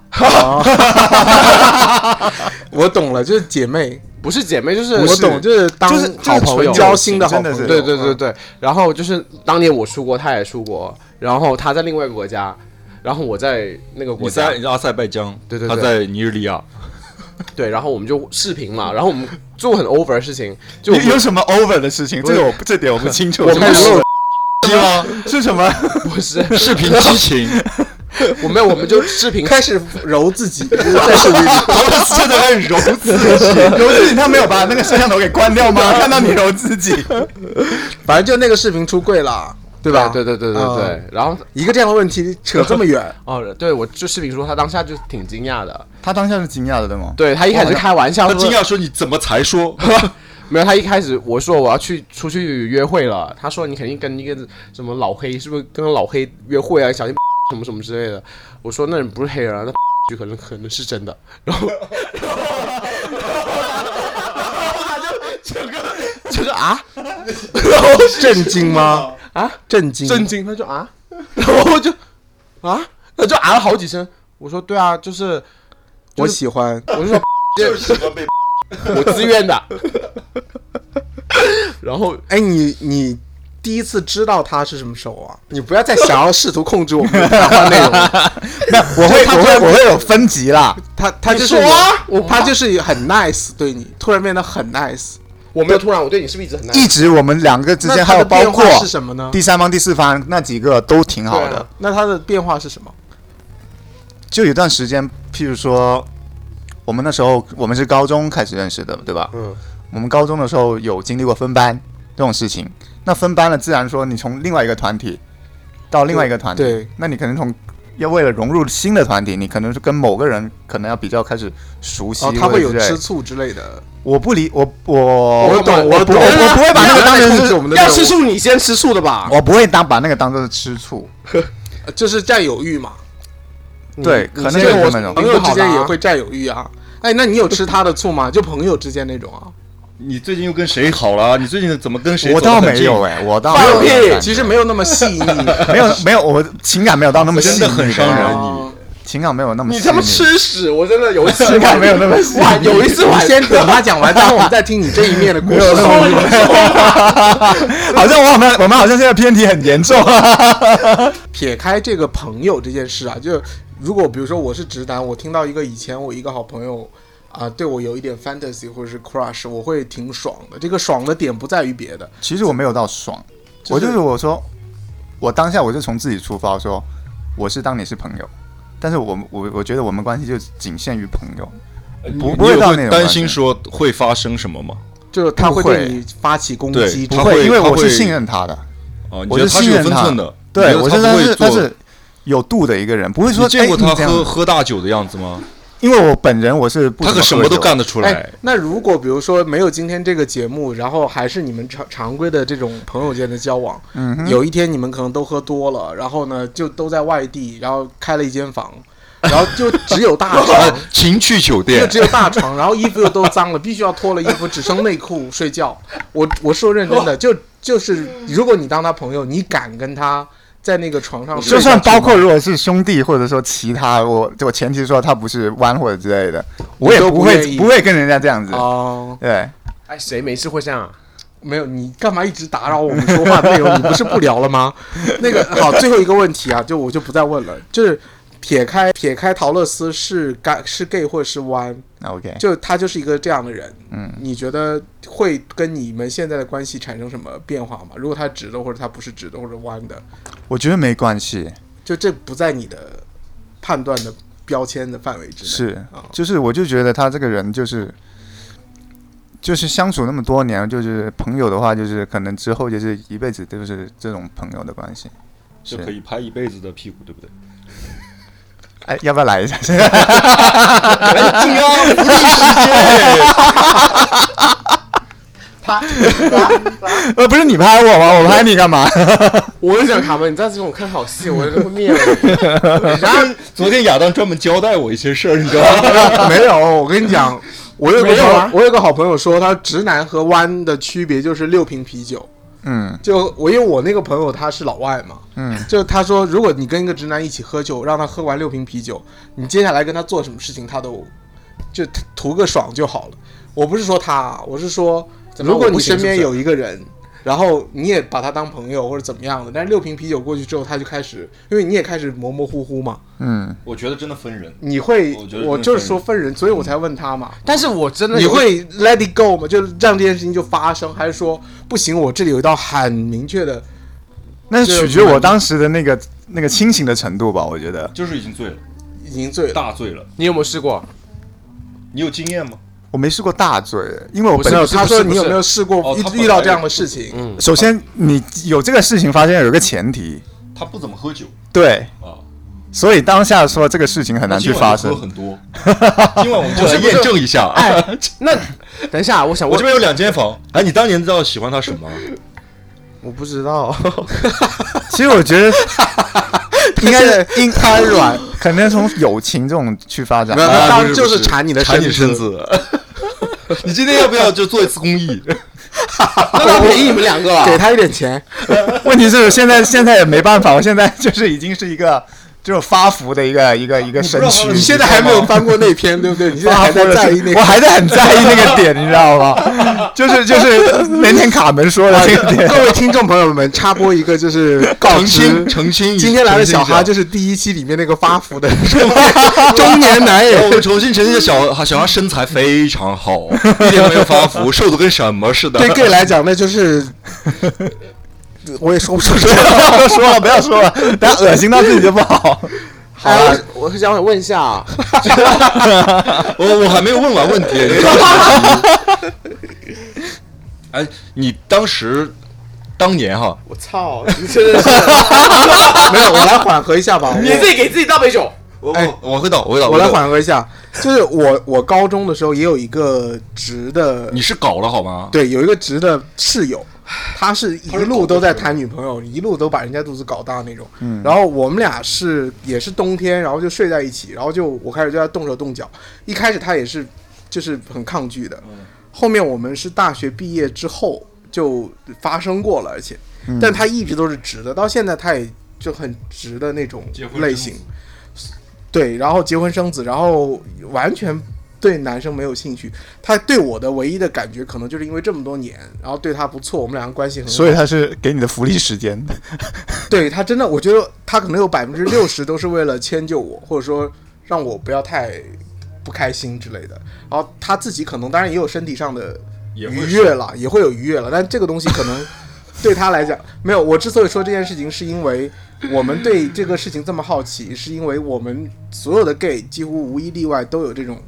我懂了，就是姐妹，
不是姐妹，就是
我懂，就是当
就是就是
好朋友
纯
交心的好
真
朋
的是
友。
对对对对，然后就是当年我出国，他也出国，然后他在另外一个国家，然后我在那个
你
国家
在，阿塞拜疆，
对对对
他在尼日利亚，
对，然后我们就视频嘛，然后我们做很 over 的事情，就
有
我们
有什么 over 的事情？这个我不这点我不清楚。
我开始露
鸡吗？是什 么？
不是，
视 频激情，
我没有，我们就视频
开始揉自己，就是在视频里
陶乐斯真的开始揉自己。
揉自己，他没有把那个摄像头给关掉吗？看到你揉自己，
反正就那个视频出柜了，对吧？
对对对对对对
嗯，
然后
一个这样的问题扯这么远，
哦，对我就视频说他当下就挺惊讶的，
他当下是惊讶的，对吗？
对他一开始是开玩笑，
他
说
惊讶说：“你怎么才 说？
没有，他一开始我说我要去出去约会了，他说你肯定跟一个什么老黑，是不是跟老黑约会啊？小心什么什么之类的。我说那人不是黑人啊，那 就可能可能是真的。然后
这个啊， 震惊吗？
啊，
震惊，
震惊，他就啊，然后我就啊，他就啊了好几声。我说对啊，就是
我喜欢。
我就说
就是喜欢 被
我自愿的。然后
哎，你你第一次知道他是什么时候啊？你不要再想要试图控制我们的谈话内容了。
那我会，我会，我会有分级啦。
他他就是
你说啊
有
我
他就是很 nice 对你，突然变得很 nice。
我没有突然，我对你是不是一直很 nice？
一直我们两个之
那
间，
他
还有
的
包
变
括
化是什么呢？
第三方、第四方那几个都挺好
对
的
啊。
那他的变化是什么？
就有段时间，譬如说，我们那时候我们是高中开始认识的，对吧？
嗯，
我们高中的时候有经历过分班这种事情。那分班了，自然说你从另外一个团体到另外一个团体，
对对
那你可能从要为了融入新的团体，你可能是跟某个人可能要比较开始熟悉。
哦，他会有
或者之
吃
类
醋之类的。
我不理我我
我懂
我
我
不
懂
我我不会把那个当
你不要再控
成
制
是
我们的
要
内容
吃醋你先吃醋的吧？
我不会当把那个当做是吃醋，
就是占有欲嘛，
对，
你
可能
先
是
跟我
有那种
朋
嗯你
友
不好
之
的
间也
啊
会占有欲啊。哎，那你有吃他的醋吗？ 就朋友之间那种啊？
你最近又跟谁好了？你最近怎么跟谁？
我倒没有，哎，我倒
放
没有
屁，其实没有那么细腻。
没有没有，我情感没有到那么细腻
真的很伤人。
啊
你
情感没有那么
你
细
他妈
腻。
吃屎！我真的有一 次
情感没有那么细腻
晚有一次晚
你先等他讲完，然后我们再听你这一面的故事。
好像我好像我们好像现在偏题很严重啊。
撇开这个朋友这件事啊，就如果比如说我是直男，我听到一个以前我一个好朋友啊、对我有一点 fantasy 或者是 crush，我会挺爽的。这个爽的点不在于别的，
其实我没有到爽，我就是我说，我当下我就从自己出发说，我是当你是朋友，但是我们我我觉得我们关系就仅限于朋友，不
呃你
哎不会
有
到那种
担
关系
心说会发生什么吗？
就是他
不
会
会
对你发起攻
对
击，
他
不
不
会
会，因为
他
我
会
是信任他的，
哦，你
我
觉得
是
他是
信
有
任
分
他
寸的，你
对
觉得
我
他
是
不
他
会
是
做
他是有度的一个人，不会
你
说
见过
哎
他
你这样
喝喝大酒的样子吗？
因为我本人我是不
他
怎么
可什
喝
么都
酒
干得出来
哎。，那如果比如说没有今天这个节目，然后还是你们常常规的这种朋友间的交往，
嗯哼，
有一天你们可能都喝多了，然后呢就都在外地，然后开了一间房，然后就只有大
啊
床，，
情趣酒
就
店
只有大床， 然后衣服又都脏了，必须要脱了衣服，只剩内裤睡觉。我我说认真的，就就是如果你当他朋友，你敢跟他在那个床上睡
就算
下去
包括
吗
如果是兄弟或者说其他，我我前提说他不是弯或者之类的，我也
都
不
不
会
愿意
不会跟人家这样子。
哦、
对，
哎，谁没事会这样啊？
没有，你干嘛一直打扰我们说话内容？你不是不聊了 吗？那个好，最后一个问题啊，就我就不再问了。就是撇开撇开陶乐斯是干是 gay 或者是弯，
那 OK，
就他就是一个这样的人。
嗯，
你觉得会跟你们现在的关系产生什么变化吗？如果他直的，或者他不是直的，或者弯的，
我觉得没关系，
就这不在你的判断的标签的范围之内。
是
啊，
就是我就觉得他这个人就是。就是相处那么多年，就是朋友的话，就是可能之后就是一辈子都是这种朋友的关系。
是可以拍一辈子的屁股，对不对？
哎，要不要来一下？ 呃，不是你拍我吗？我拍你干嘛？
我就想卡门，你再这种看好戏， 我就会灭了你。
然后 昨天亚当专门交代我一些事儿，你知道吗？
没有，我跟你 讲，我有个
没有
好
啊
我有个好朋友说，他直男和弯的区别就是六瓶啤酒。
嗯
就我因为我那个朋友他是老外嘛，
嗯，
就他说，如果你跟一个直男一起喝酒，让他喝完六瓶啤酒，你接下来跟他做什么事情，他都就图个爽就好了。我不是说他啊，我是说，
怎么
如果你
我不行
身边
是不
有一个人，然后你也把他当朋友或者怎么样的，但是六瓶啤酒过去之后，他就开始，因为你也开始模模糊糊嘛，
嗯，
我觉得真的分人，
你会，
我觉得
我
真的
就是
是
说分人，所以嗯我才问他嘛。
但是我真的
你
有
会 let it go 吗？就让这件事情就发生，还是说不行？我这里有一道很明确的，
那
这
取决我当时的那个那个清醒的程度吧，我觉得
就是已经醉了，
已经醉了。
大醉了。
你有没有试过？
你有经验吗？
我没试过大醉，因为我
不是
本
没有，
不是
他
不是
说
不
你有
是
没有试过
哦他
遇
本
遇到
来
这样
就
的
不
事情？
嗯，
首先你有这个事情发生有一个前提，
他不怎么喝酒
对，
啊，
所以当下说这个事情很难去发
今晚就喝
生。
很多。今晚我们就来验证一下。
哎，那等一下，我想
我
问
这，边有两间房。哎，你当年知道喜欢他什么吗？
我不知道，
其实我觉得应该是应该 软，可能从友情这种去发展
没。有
啊
当
不是
就
不
是
是
缠你的
缠你
身
身子。 你今天要不要就做一次公益？
那他便宜你们两个啊
给他一点钱，
问题是现在现在也没办法，我现在就是已经是一个这种发福的一个一个一个身
不知道
躯。
你
你现在还没有翻 过那篇，对不对？你现在还在在意那
我
个。
还在很在意那个点，你知道吗？就是就是那天卡门说的这个 点，
各位听众朋友们，插播一个就是 告知
澄清，澄 清一。
今天来的小哈
就
就是第一期里面那个发福 的中年男
哎我
人，
们重新澄清一下，小 小哈身材非常好，一点没有发福，瘦的跟什么似的。
对 gay 来讲那 就是，我也说不出什么。
不要说了，不要说了，大家恶心到自己就不好。
好了，
啊
我我想问一下，
我我还没有问完 问题。你看哎，你当时当年哈，
我操，你真的 是，
没有，我来缓和一下吧。
你
我
自己给自己倒杯酒。
我
哎
我我会倒，我会倒，
我来
会倒。
缓和一下，就是我我高中的时候也有一个直的，
你是搞了好吗？
对，有一个直的室友，他是一路都在谈女朋友，一路都把人家肚子搞大那种。然后我们俩是也是冬天，然后就睡在一起，然后就我开始对他动手动脚。一开始他也是就是很抗拒的，后面我们是大学毕业之后就发生过了，而且，但他一直都是直的，到现在他也就很直的那种
结婚
类
生
型
子。
对，然后结婚生子，然后完全对男生没有兴趣。他对我的唯一的感觉，可能就是因为这么多年，然后对他不错，我们两个关系很好。
所以他是给你的福利时间，
对他真的，我觉得他可能有百分之六十都是为了迁就我，或者说让我不要太不开心之类的。然后他自己可能当然也有身体上的
也
愉
会
悦了，也会有愉悦了，但这个东西可 能对他来讲没有。我之所以说这件事情，是因为我们对这个事情这么好奇，是因为我们所有的 gay 几乎无一例外都有这种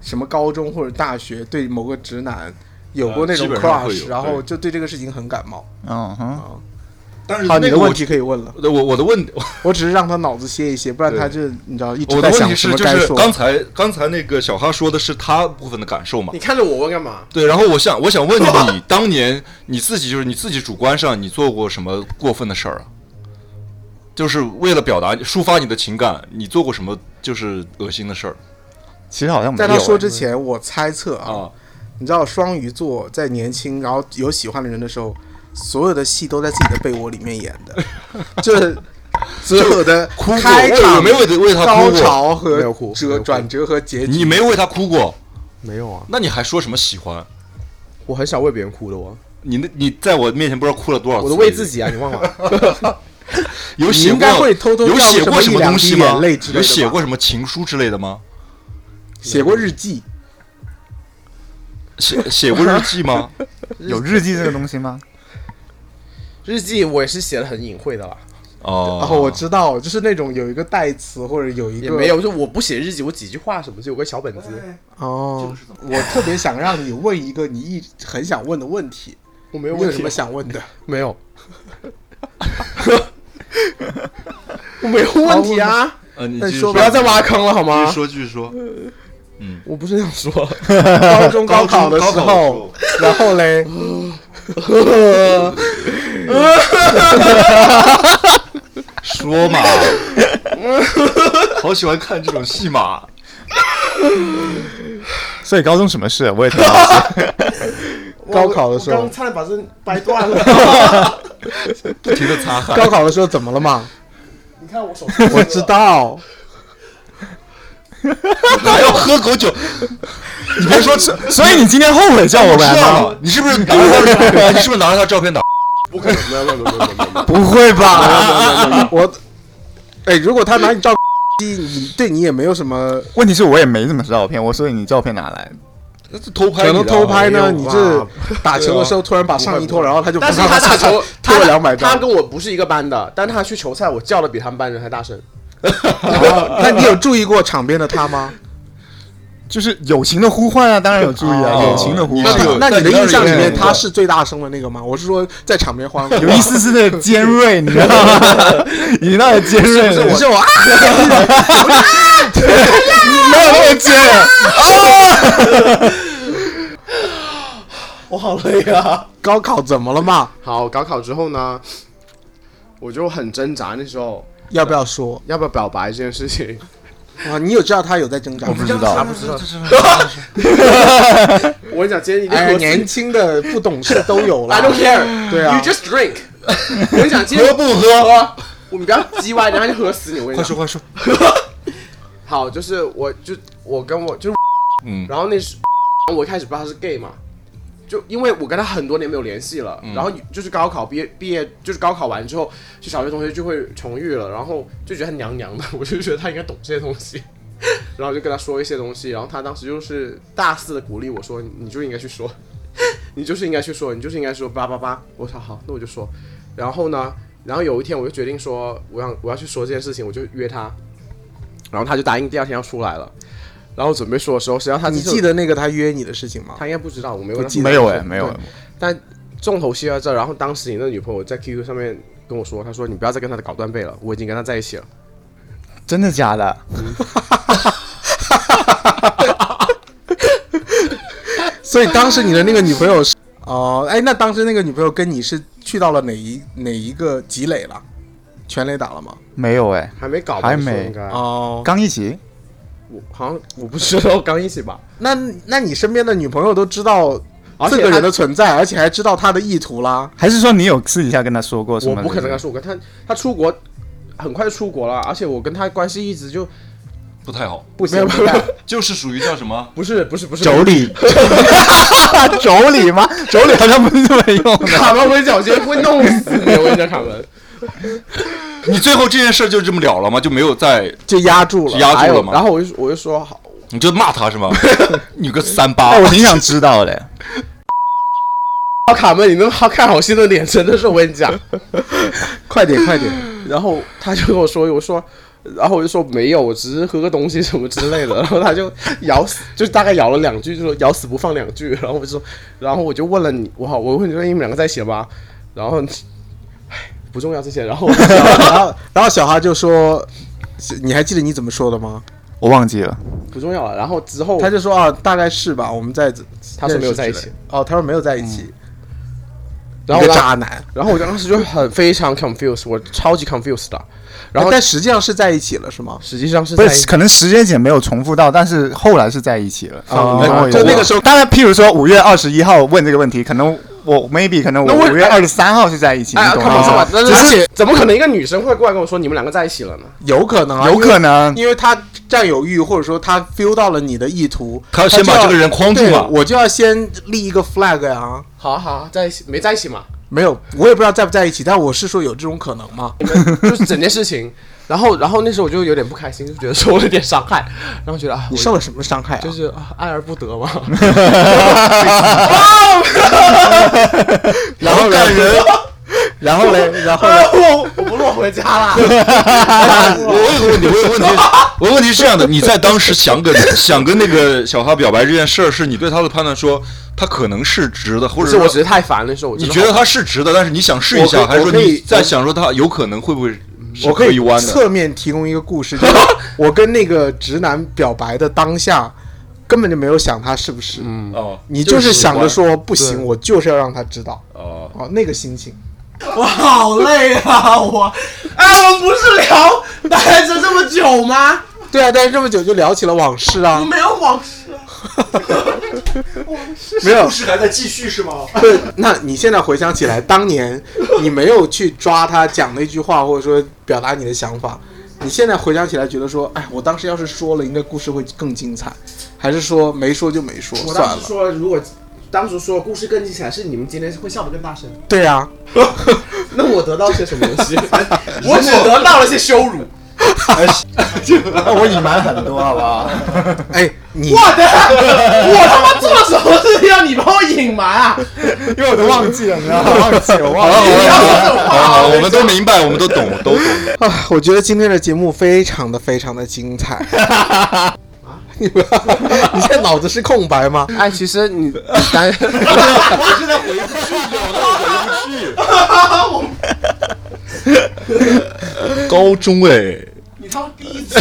什么高中或者大学对某个直男有过那种
呃基本上会
crush，、
有
然后
对
就对这个事情很感冒。
嗯哼，
但是
好，你的
那个我
问题可以问了，
我我的问
我只是让他脑子歇一歇，不然他就你知道一直
我
在
的问
想
题
什
是
么
就
该
是
说。
刚才刚才那个小哈说的是他部分的感受嘛？
你看着我问干嘛？
对，然后我想我想 问你，当年你自己就是你自己主观上你做过什么过分的事儿啊？就是为了表达抒发你的情感，你做过什么就是恶心的事儿
其实好像没
在
有
他说
哎。
之前，我猜测啊，
啊？
你知道双鱼座在年轻然后啊有喜欢的人的时候，所有的戏都在自己的被窝里面演 的，就是所有的
哭过
开
我有
场
没有为为他
高
哭过？
潮和
没有哭没
折
有哭
转折和结
你
局。
没有为他哭过，
没有啊，
那你还说什么喜欢？
我很少为别人哭的我，
你那你在我面前不知道哭了多少次？
我都为自己啊，你忘 了？
有
你
写
应
过
该会偷偷
有
掉
写
什
过
么
什
一
么
两
东
滴
西吗
眼泪之？类的
有写
吧
过什么情书之类的吗？
写过日记，
写写过日 记吗？
有日记这个东西吗？
日记我也是写的很隐晦的啦，
哦，
哦，我知道，就是那种有一个代词或者有一
啊也
个
没有，就我不写日记，我几句话什么，就有个小本子，
哦。我特别想让你问一个你一直很想问的问题，
我没
你
有
有
问
什
题
么，想问的？
没有， 我没有问题啊，
呃，你
那
继
你
续
说
不
吧
要再挖坑了好
继续
吗？
说继续说。嗯，
我不是这样 说，
高中高考
高考
的
的
时
时
候
候，
然后嘞，
说嘛， 好喜欢看这种戏码。
所以高中什么事我也挺好奇。
高考的时候
我刚差点把这掰断了。
不停的擦 汗。
高考的时候怎么了嘛？
你看我手，
我知道，
还要喝口酒？你别说吃，
所以你今天后悔叫我来吗？
你是不是拿着他？你是不是拿着他照片 打？
不可能，没有没有没有没有没有，
不会吧？
我，哎，如果他拿你照， 你对你也没有什么，
问题是我也没什么照片，我所以你照片哪来？
那是偷拍
可
你的啊，
能偷拍呢。
没有
你这
吧
打球的时候突然把
不会
上衣
不
脱，
会
然后他就
但是
啪啪
他
啪
打球，
脱
他
了两百
他
张。
跟我不是一个班的，但他去球赛，我叫的比他们班人还大声。
哦那你有注意过场边的他吗？
就是友情的呼唤啊，当然有注意啊，
哦
友情的呼
那
唤
这个
啊。
那你的印象里
但你那
面
是有
他是最大声的那个吗？我是说在场边欢呼。
有一丝丝的尖锐，你知道吗？你那也尖锐了，
是我啊，
没有那么尖。
我好累啊！
高考怎么了嘛？
好，高考之后呢，我就很挣扎，那时候
要不要说
要不要表白这件事情。
啊？你有知道他有在挣扎吗？
不知道，
我跟你讲，今天一定
哎，
喝
年轻的不懂事都有了。
I don't care，
对啊
y o u just drink。我跟你讲，今天
喝不喝？
我们不要叽歪，然后就喝死你。我跟你
快
讲，
说快说。
好，就是我就我跟我就是，
嗯
然后那时我一开始不知道他是 gay 嘛，就因为我跟他很多年没有联系了，
嗯
然后就是高考毕业毕业就是高考完之后，就小学同学聚会重遇了，然后就觉得他娘娘的， 我就觉得他应该懂这些东西。 然后就跟他说一些东西，然后他当时就是大肆的鼓励我说：“你就应该去说， 你就是应该去说，你就是应该说叭叭叭。”我说：“好，那我就说。”然后呢，然后有一天我就决定说，我要我要去说这件事情，我就约他，然后他就答应第二天要出来了。然后准备说的时候，实际上他
你记得那个他约你的事情吗？
他应该不知道，我没问他
记得
没有哎，没有
对。但重头戏在这儿，然后当时你那女朋友在 QQ 上面跟我说，她说你不要再跟他的搞断背了，我已经跟他在一起了。
真的假的？
所以当时你的那个女朋友是哦，哎，那当时那个女朋友跟你是去到了哪一哪一个积累了？全垒打了吗？
没有哎，
还没搞吧，
还
你说
没
应该，
哦，
刚一起。
我好像我不知道刚一起吧，啊
那那你身边的女朋友都知道
而
这
且
个
他
人的存在，而且还知道他的意图啦。
还是说你有私底下跟他说过什
我
么？
不可能跟他。说，我跟他他出国很快就出国了，而且我跟他关系一直就
不太好，
不
没
行
有，没有没有
就是属于叫什么？
不是不是不是
妯娌，妯 娌吗？妯娌好像不是这么用的。
卡门，我跟你讲，我今天会弄死你！我跟你讲，卡门，
你最后这件事就这么了了吗？就没有再
就压住了。
压
还
住了
有，然
吗？
后我就我就说好，
你就骂他是吗？你个三八
哎，！我挺想知道的。
好卡门，你那么好看好戏的脸，真的是我跟你讲。
快点快点，
然后他就跟我说，我说然后我就说没有，我只是喝个东西什么之类的。然后他就咬死，就是大概咬了两句，就说咬死不放两句。然后我就说，然后我就问了你，我好，我问你说你们两个在一起了吗？然后，唉，不重要这些。然 后
然后然后小哈就说，你还记得你怎么说的吗？
我忘记了，
不重要了。然后之后
他就说啊，大概是吧，我们在
哦他说没有在一起。嗯
哦，他说没有在一起，
然后
一
我
个
当
渣男。
然后我当时就很非常 confused，我超级 confused 的。然后
哎但实际上是在一起了，是吗？
实际上是
不
在
是可能时间点没有重复到，但是后来是在一起了。
哦
你跟我有
就那个
时候，当然，譬如说五月二十一号问这个问题，可能我 maybe 可能
那为
我五月二十三号是在一起，你
哎，
懂
看不出
吗
来，？但是
只是
而且怎么可能一个女生会过来跟我说你们两个在一起了呢？
有可能啊，
有可能
因为，因为他占有欲，或者说他 feel 到了你的意图，
他先
就
把
要
这个人框住
对
了
我就要先立一个 flag 呀。
好啊好啊，在一起没在一起嘛？
没有，我也不知道在不在一起，但我是说有这种可能吗？
就是整件事情。然后，然后那时候我就有点不开心，就觉得受了点伤害，然后觉得啊，
你
我
受了什么伤害啊？
就是啊爱而不得 嘛。
然后感人，然后嘞，然后嘞，
我我不落回家啦。
我有个问题，我有个问题，我有个问题是这样的：你在当时想跟想跟那个小哈表白这件事儿，是你对他的判断说他可能是直的，或
不
者
是，我
说
只是太烦那时候，我
你
真的
觉得他是直的，但是你想试一
我
下，
可
还是说
我可以
你在想说他有可能会不会是
我可
可
以
以弯的？
侧面提供一个故事，就是我跟那个直男表白的当下，根本就没有想他是不是，
哦，
你就是想着说不
对
行，我就是要让他知道，
哦，
哦，那个心情。
我好累啊，我哎，我们不是聊待着这么久吗？
对啊，但是这么久就聊起了往事啊，
没有往事啊，
没有。
事还在继续是吗？
对，那你现在回想起来，当年你没有去抓他讲那句话，或者说表达你的想法，你现在回想起来，觉得说，哎，我当时要是说了，应该故事会更精彩，还是说没说就没说，算了。
说，如果当时说故事更精彩，是你们今天会笑得更大声。
对啊，
那我得到些什么东西？ 我只得到了些羞辱。
我隐瞒很多，好不
啊
好？
哎，你
我的，我他妈做了什么事情让你帮我隐瞒啊？
因为我都忘记了，你知道吗？忘记了，我忘
好
记
了
了。
不要说
好
这种
了，好
话
了，好了，我们都明白，我们都懂，都懂。
啊，我觉得今天的节目非常的非常的精彩。你们，你现在脑子是空白吗？
哎，其实 你单，
我现在回不去，我回不去。高中哎，
你他妈第一次，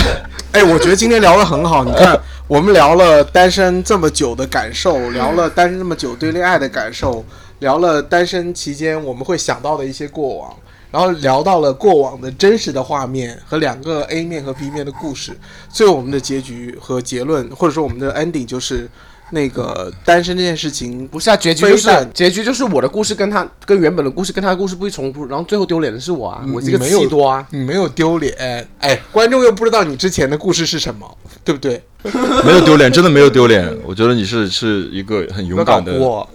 哎，我觉得今天聊得很好。你看，我们聊了单身这么久的感受，聊了单身这么久对恋爱的感受，聊了单身期间我们会想到的一些过往，然后聊到了过往的真实的画面和两个 A 面和 B 面的故事。最后我们的结局和结论，或者说我们的 ending 就是那个单身这件事情
不是啊，结局就
非
是
但
结局就是我的故事跟他跟原本的故事跟他的故事不会重复，然后最后丢脸的是我啊，我这个
你没有
气多啊。
你没有丢脸，哎，观众又不知道你之前的故事是什么，对不对？
没有丢脸，真的没有丢脸。我觉得你是是一个很勇敢的，
我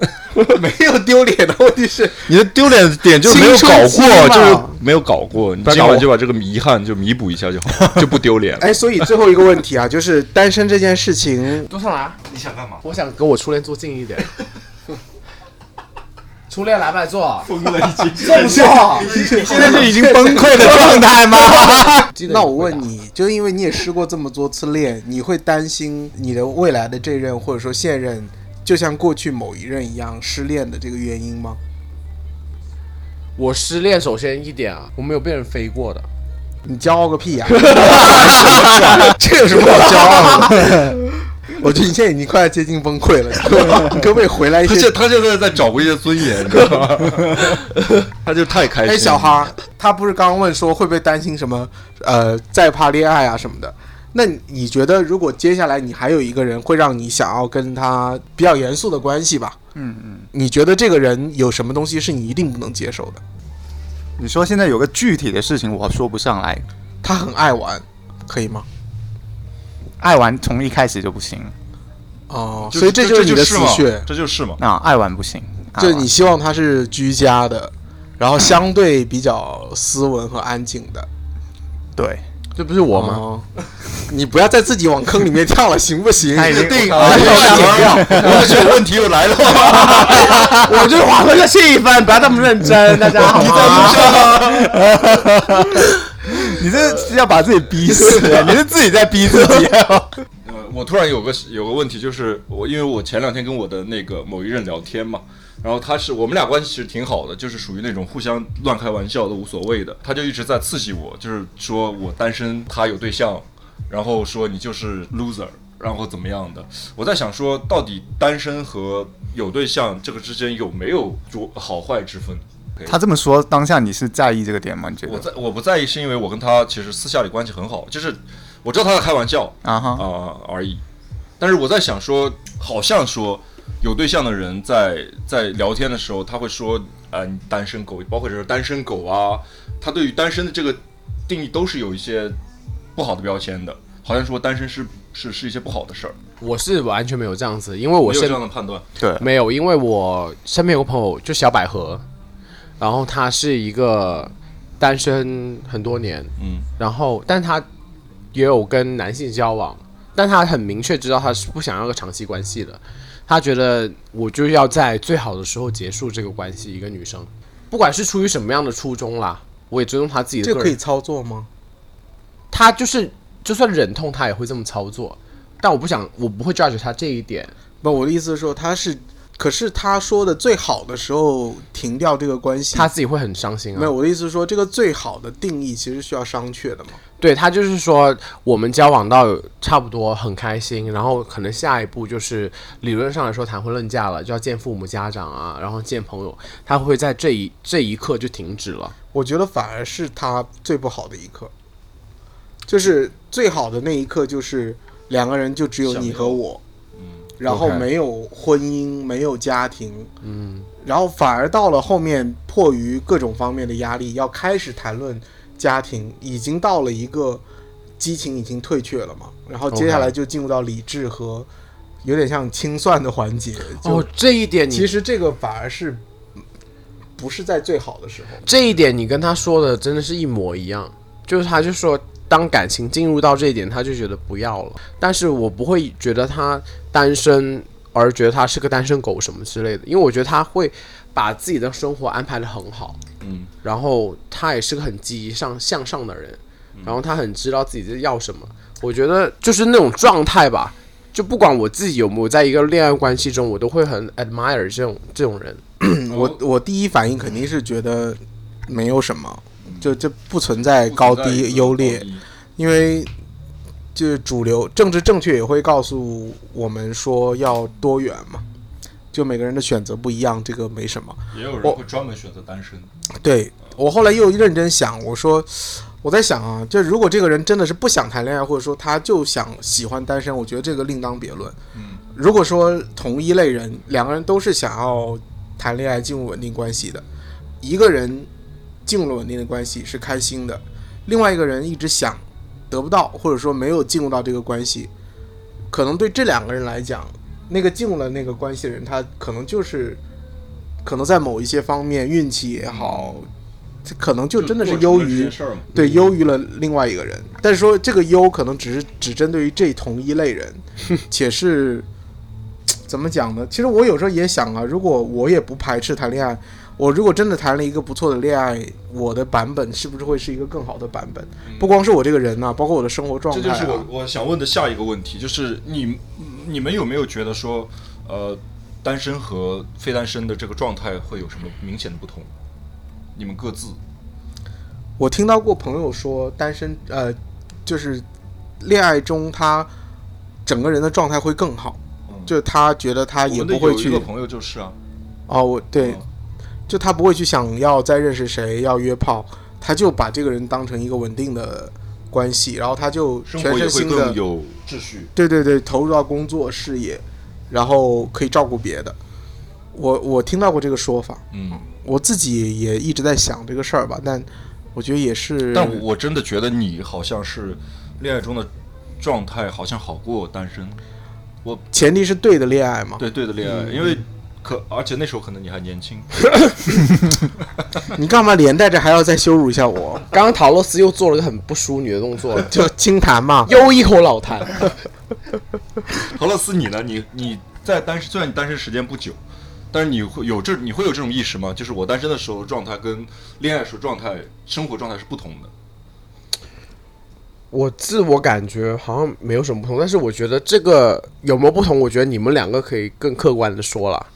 没有丢脸的问题是，
你的丢脸点就是没有搞
青春
过，
期嘛
就是没有搞过。你
要搞
今
我
晚就把这个遗憾就弥补一下就好 了，就不丢脸了。
哎，所以最后一个问题啊， 就是单身这件事情，
多上来啊！你想干嘛？我想跟我初恋坐近一点。 初恋来不来坐？疯了 已经。正坐。
现在是已经崩溃的状态吗？
记得
那我问，你，就是因为你也失过这么多次恋，你会担心你的未来的这任或者说现任，就像过去某一任一样失恋的这个原因吗？
我失恋首先一点啊，我没有被人飞过的。
你骄傲个屁啊 呀、
这有什么好骄傲的？
我觉得你现在已经快要接近崩溃了，你可不可以你可不可以回来一
他现
些？
他现在在找回一些尊严，你知 道吗？他就太开心。
哎，小，哈，他不是刚刚问说会不会担心什么呃再怕恋爱啊什么的？那你你觉得如果接下来你还有一个人会让你想要跟他比较严肃的关系吧？
嗯嗯，
你觉得这个人有什么东西是你一定不能接受的？
你说现在有个具体的事情，我说不上来。
他很爱玩，可以吗？
爱玩从一开始就不行，
哦，
就
所以这就
就
是
是
你的死
嘛
穴，
这就是嘛。
啊，爱玩不行。爱
就
玩
你希望他是居家的，然后相对比较斯文和安静的。
对，
这不是我吗？
哦， 你不要再自己往坑里面跳了，行不行？
他已经
定
我
哎呀我去，问题又来了。
我就是缓和一下气氛，不要那么认真，大家好
你在路
吗？
上吗？
你这是要把自己逼死， 你是自己在逼自己。
呃，我突然有个有个问题，就是我因为我前两天跟我的那个某一任聊天嘛，然后他是我们俩关系其实挺好的，就是属于那种互相乱开玩笑都无所谓的。他就一直在刺激我，就是说我单身，他有对象，然后说你就是 loser，然后怎么样的。我在想说，到底单身和有对象这个之间有没有着好坏之分？
他这么说，当下你是在意这个点吗？你觉
我
得？
在我不在意，是因为我跟他其实私下里关系很好，就是我知道他在开玩笑
啊哈
啊、而已。但是我在想说，好像说有对象的人在在聊天的时候，他会说，呃，你单身狗，包括就是单身狗啊，他对于单身的这个定义都是有一些不好的标签的，好像说单身是是是一些不好的事儿，
我是完全没有这样子，因为我
没有
身
这样的判断。
对，
没有，因为我身边有个朋友就小百合，然后她是一个单身很多年，
嗯，
然后但她也有跟男性交往，但她很明确知道她是不想要个长期关系的，她觉得我就要在最好的时候结束这个关系。一个女生，不管是出于什么样的初衷啦，我也尊重她自己的
这
个
个可
人
以操作吗？
他就是就算忍痛，他也会这么操作。但我不想，我不会 judge 他这一点。
不，我的意思是说，他是，可是他说的最好的时候停掉这个关系，
他自己会很伤心啊。
没有。我的意思是说，这个最好的定义其实需要商榷的嘛。
对他就是说，我们交往到差不多很开心，然后可能下一步就是理论上来说谈婚论嫁了，就要见父母家长啊，然后见朋友，他会在这一这一刻就停止了。
我觉得反而是他最不好的一刻，就是最好的那一刻，就是两个人就只有你和我，然后
OK
没有婚姻，没有家庭，嗯，然后反而到了后面，迫于各种方面的压力，要开始谈论家庭，已经到了一个激情已经退却了嘛，然后接下
OK
来就进入到理智和有点像清算的环节，就
哦，这一点
其
你
实这个反而是不是在最好的时候。
这一点你跟他说的真的是一模一样，就是他就说，当感情进入到这一点，他就觉得不要了。但是我不会觉得他单身而觉得他是个单身狗什么之类的，因为我觉得他会把自己的生活安排的很好，
嗯，
然后他也是个很积极上向上的人，然后他很知道自己在要什么。我觉得就是那种状态吧，就不管我自己有没有在一个恋爱关系中，我都会很 admire 这种这种人。
哦
我我第一反应肯定是觉得没有什么，就这不存在高
不存在一
低
个
优
高
劣，
低
因为就是主流政治正确也会告诉我们说要多元嘛，就每个人的选择不一样，这个没什么。
也有
我
人会专门选择单身。
对我后来又认真想，我说我在想啊，就如果这个人真的是不想谈恋爱，或者说他就想喜欢单身，我觉得这个另当别论。
嗯，
如果说同一类人，两个人都是想要谈恋爱进入稳定关系的，一个人进入了稳定的关系是开心的，另外一个人一直想得不到，或者说没有进入到这个关系，可能对这两个人来讲，那个进入了那个关系的人，他可能就是可能在某一些方面运气也好，这可能嗯就真的是优
做成了这
于
件事儿嘛
对，优于了另外一个人。但是说这个优可能只是只针对于这同一类 人，且是怎么讲呢？其实我有时候也想啊，如果我也不排斥谈恋爱，我如果真的谈了一个不错的恋爱，我的版本是不是会是一个更好的版本？不光是我这个人啊呐、包括我的生活状
嗯这
态、
就
啊。
是我我想问的下一个问题，就是你你们有没有觉得说，呃，单身和非单身的这个状态会有什么明显的不同？你们各自
我听到过朋友说，单身呃，就是恋爱中他整个人的状态会更好，
嗯
就他觉得他也
我们的
不会
有一
去
个朋友就是啊，
哦，我对
嗯，
就他不会去想要再认识谁，要约炮，他就把这个人当成一个稳定的关系，然后他就
生
全
活也
身
会
心的
更有秩序。
对对对，投入到工作事业，然后可以照顾别的。我我听到过这个说法，
嗯，
我自己也一直在想这个事儿吧，但我觉得也是，
但我我真的觉得你好像是恋爱中的状态好像好过单身，
前提是对的恋爱嘛。
对对的恋爱，因为嗯可而且那时候可能你还年轻，
你干嘛连带着还要再羞辱一下我？
刚刚陶洛斯又做了个很不淑女的动作，
就轻谈嘛，
又一口老痰。
何乐斯，你呢？你你在单身，虽然你单身时间不久，但是你会有这你会有这种意识吗？就是我单身的时候状态跟恋爱时候状态、生活状态是不同的。
我自我感觉好像没有什么不同，但是我觉得这个有没有不同，我觉得你们两个可以更客观的说了，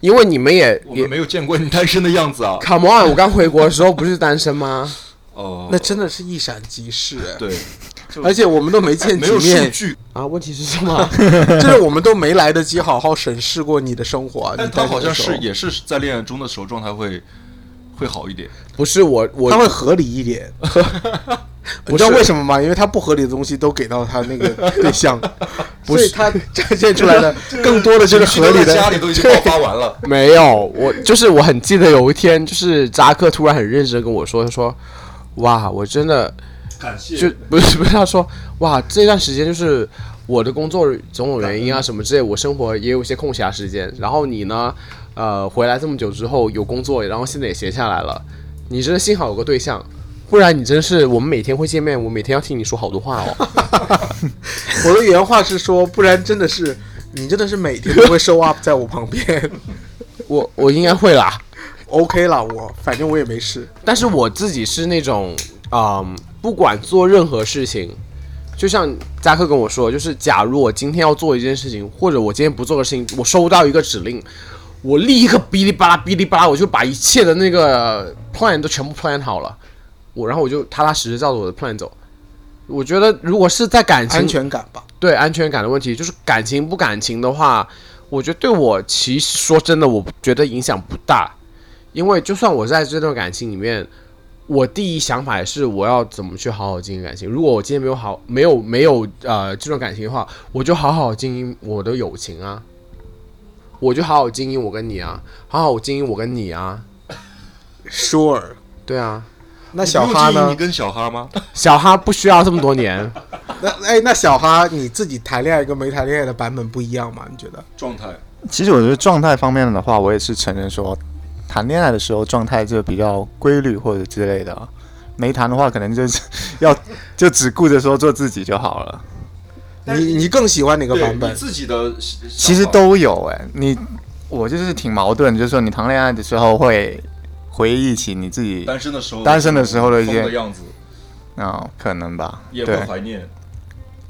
因为你们也
我
也
们没有见过你单身的样子啊。
come on，我刚回国的时候不是单身吗？
哦，
那真的是一闪即逝，哎
对，
而且我们都没见
没
几
有数
面，
据，
啊，问题是 什么？
就是我们都没来得及好好审视过你的生活啊。
但
你
他
单身
好
的
像
时候
是也是在恋爱中的时候状态会会好一点。
不是我，我
他会合理一 点。你知道为什么吗？因为他不合理的东西都给到他那 个对象，不是他展现出来的更多的就是合理
情绪都在
的。
家里都已经爆发完了。
没有，我就是我很记得有一天，就是扎克突然很认真地跟我说，他说：“哇，我真的
感谢
就不是不是他说，哇，这段时间就是我的工作种种原因啊什么之类，我生活也有一些空暇时间。然后你呢，呃，回来这么久之后有工作，然后现在也闲下来了，你真的幸好有个对象。不然你真是，我们每天会见面，我每天要听你说好多话哦。
我的原话是说，不然真的是你真的是每天都会 show up 在我旁边。
我我应该会啦，
OK 啦，我反正我也没事。
但是我自己是那种，嗯，不管做任何事情，就像扎克跟我说，就是假如我今天要做一件事情，或者我今天不做个事情，我收到一个指令，我立刻哔哩吧啦哔哩吧啦，我就把一切的那个 plan 都全部 plan 好了，我然后我就踏踏实实照着我的 plan 走。我觉得如果是在感情
安全感吧，
对安全感的问题，就是感情不感情的话，我觉得对我其实说真的，我觉得影响不大，因为就算我在这段感情里面，我第一想法也是我要怎么去好好经营感情。如果我今天没有好没有没有呃这段感情的话，我就好好经营我的友情啊，我就好好经营我跟你啊，好好经营我跟你啊，
sure。
对啊，
那小哈
你不用介意你
呢？
跟小哈吗？
小哈不需要这么多年。
那哎，那小哈你自己谈恋爱跟没谈恋爱的版本不一样吗？你觉得？
状态
其实我觉得状态方面的话，我也是承认说，谈恋爱的时候状态就比较规律或者之类的啊，没谈的话可能就是 要就只顾着说做自己就好了。
但是
你你更喜欢哪个
对
版
你
本？
自己的
其实都有哎、你我就是挺矛盾，就是说你谈恋爱的时候会回忆起你自己
单身的时候，
单身的时候的一些
疯样子，
啊、可能吧，
也会
对，
怀念。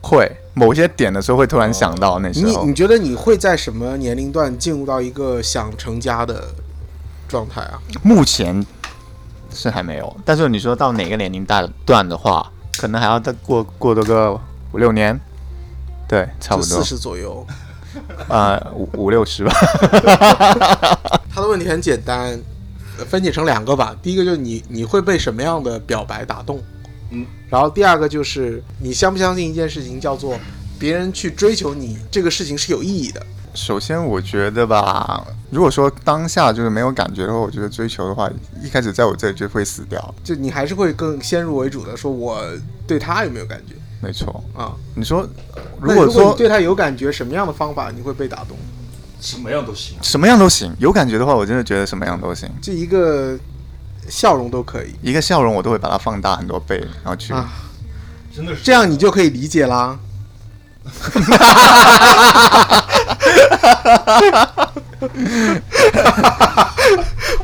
会某些点的时候会突然想到那时
你
候
你。觉得你会在什么年龄段进入到一个想成家的状态啊？
目前是还没有，但是你说到哪个年龄大段的话，可能还要再过过多个五六年，对，差
就
不多
四，十左右。
呃，五五六十吧。
他的问题很简单，呃分解成两个吧。第一个就是你你会被什么样的表白打动，
嗯，
然后第二个就是你相不相信一件事情叫做别人去追求你这个事情是有意义的。
首先，我觉得吧，如果说当下就是没有感觉的话，我觉得追求的话，一开始在我这里就会死掉。
就你还是会更先入为主的说我对他有没有感觉
没错，
啊？
你说，
那
如果
如果
说
你对他有感觉，什么样的方法你会被打动？
什么样都行。
什么样都行，有感觉的话，我真的觉得什么样都行。
就一个笑容都可以
一个笑容，我都会把它放大很多倍，然后去。
啊，
真的是
这样你就可以理解啦。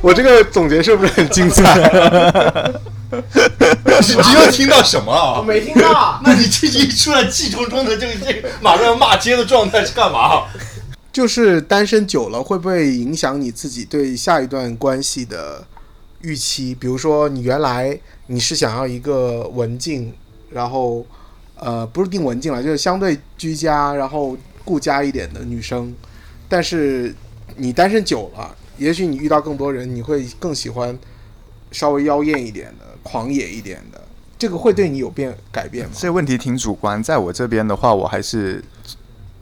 我这个总结是不是很精彩？
你又听到什么啊？
没听到，
那你这一出来气冲冲的，这个这个马上要骂街的状态是干嘛？
就是单身久了会不会影响你自己对下一段关系的预期？比如说，你原来你是想要一个文静，然后呃不是定文静了，就是相对居家，然后顾家一点的女生，但是你单身久了，也许你遇到更多人，你会更喜欢稍微妖艳一点的、狂野一点的，这个会对你有变改变吗？
这个问题挺主观，在我这边的话，我还是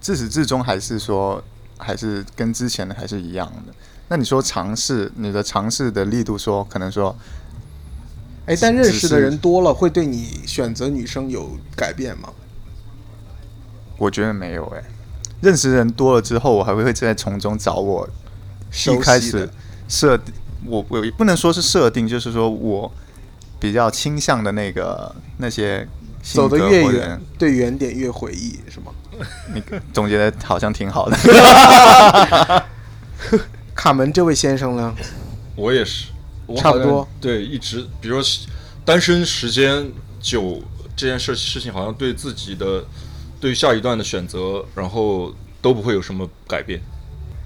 自始至终还是说，还是跟之前的还是一样的。那你说尝试，你的尝试的力度说，可能说
哎，但认识
只
的
是
人多了，会对你选择女生有改变吗？
我觉得没有诶、认识人多了之后，我还会会在从中找我
熟
一
悉
开
的
始设定，我我也不能说是设定，就是说我比较倾向的那个那些性
走得
格
越
或者
远，对原点越回忆，是吗？
你总结的好像挺好的。
卡门这位先生呢？
我也是，我
差不多
好像。对，一直比如说单身时间久，这件事事情好像对自己的对于下一段的选择，然后都不会有什么改变。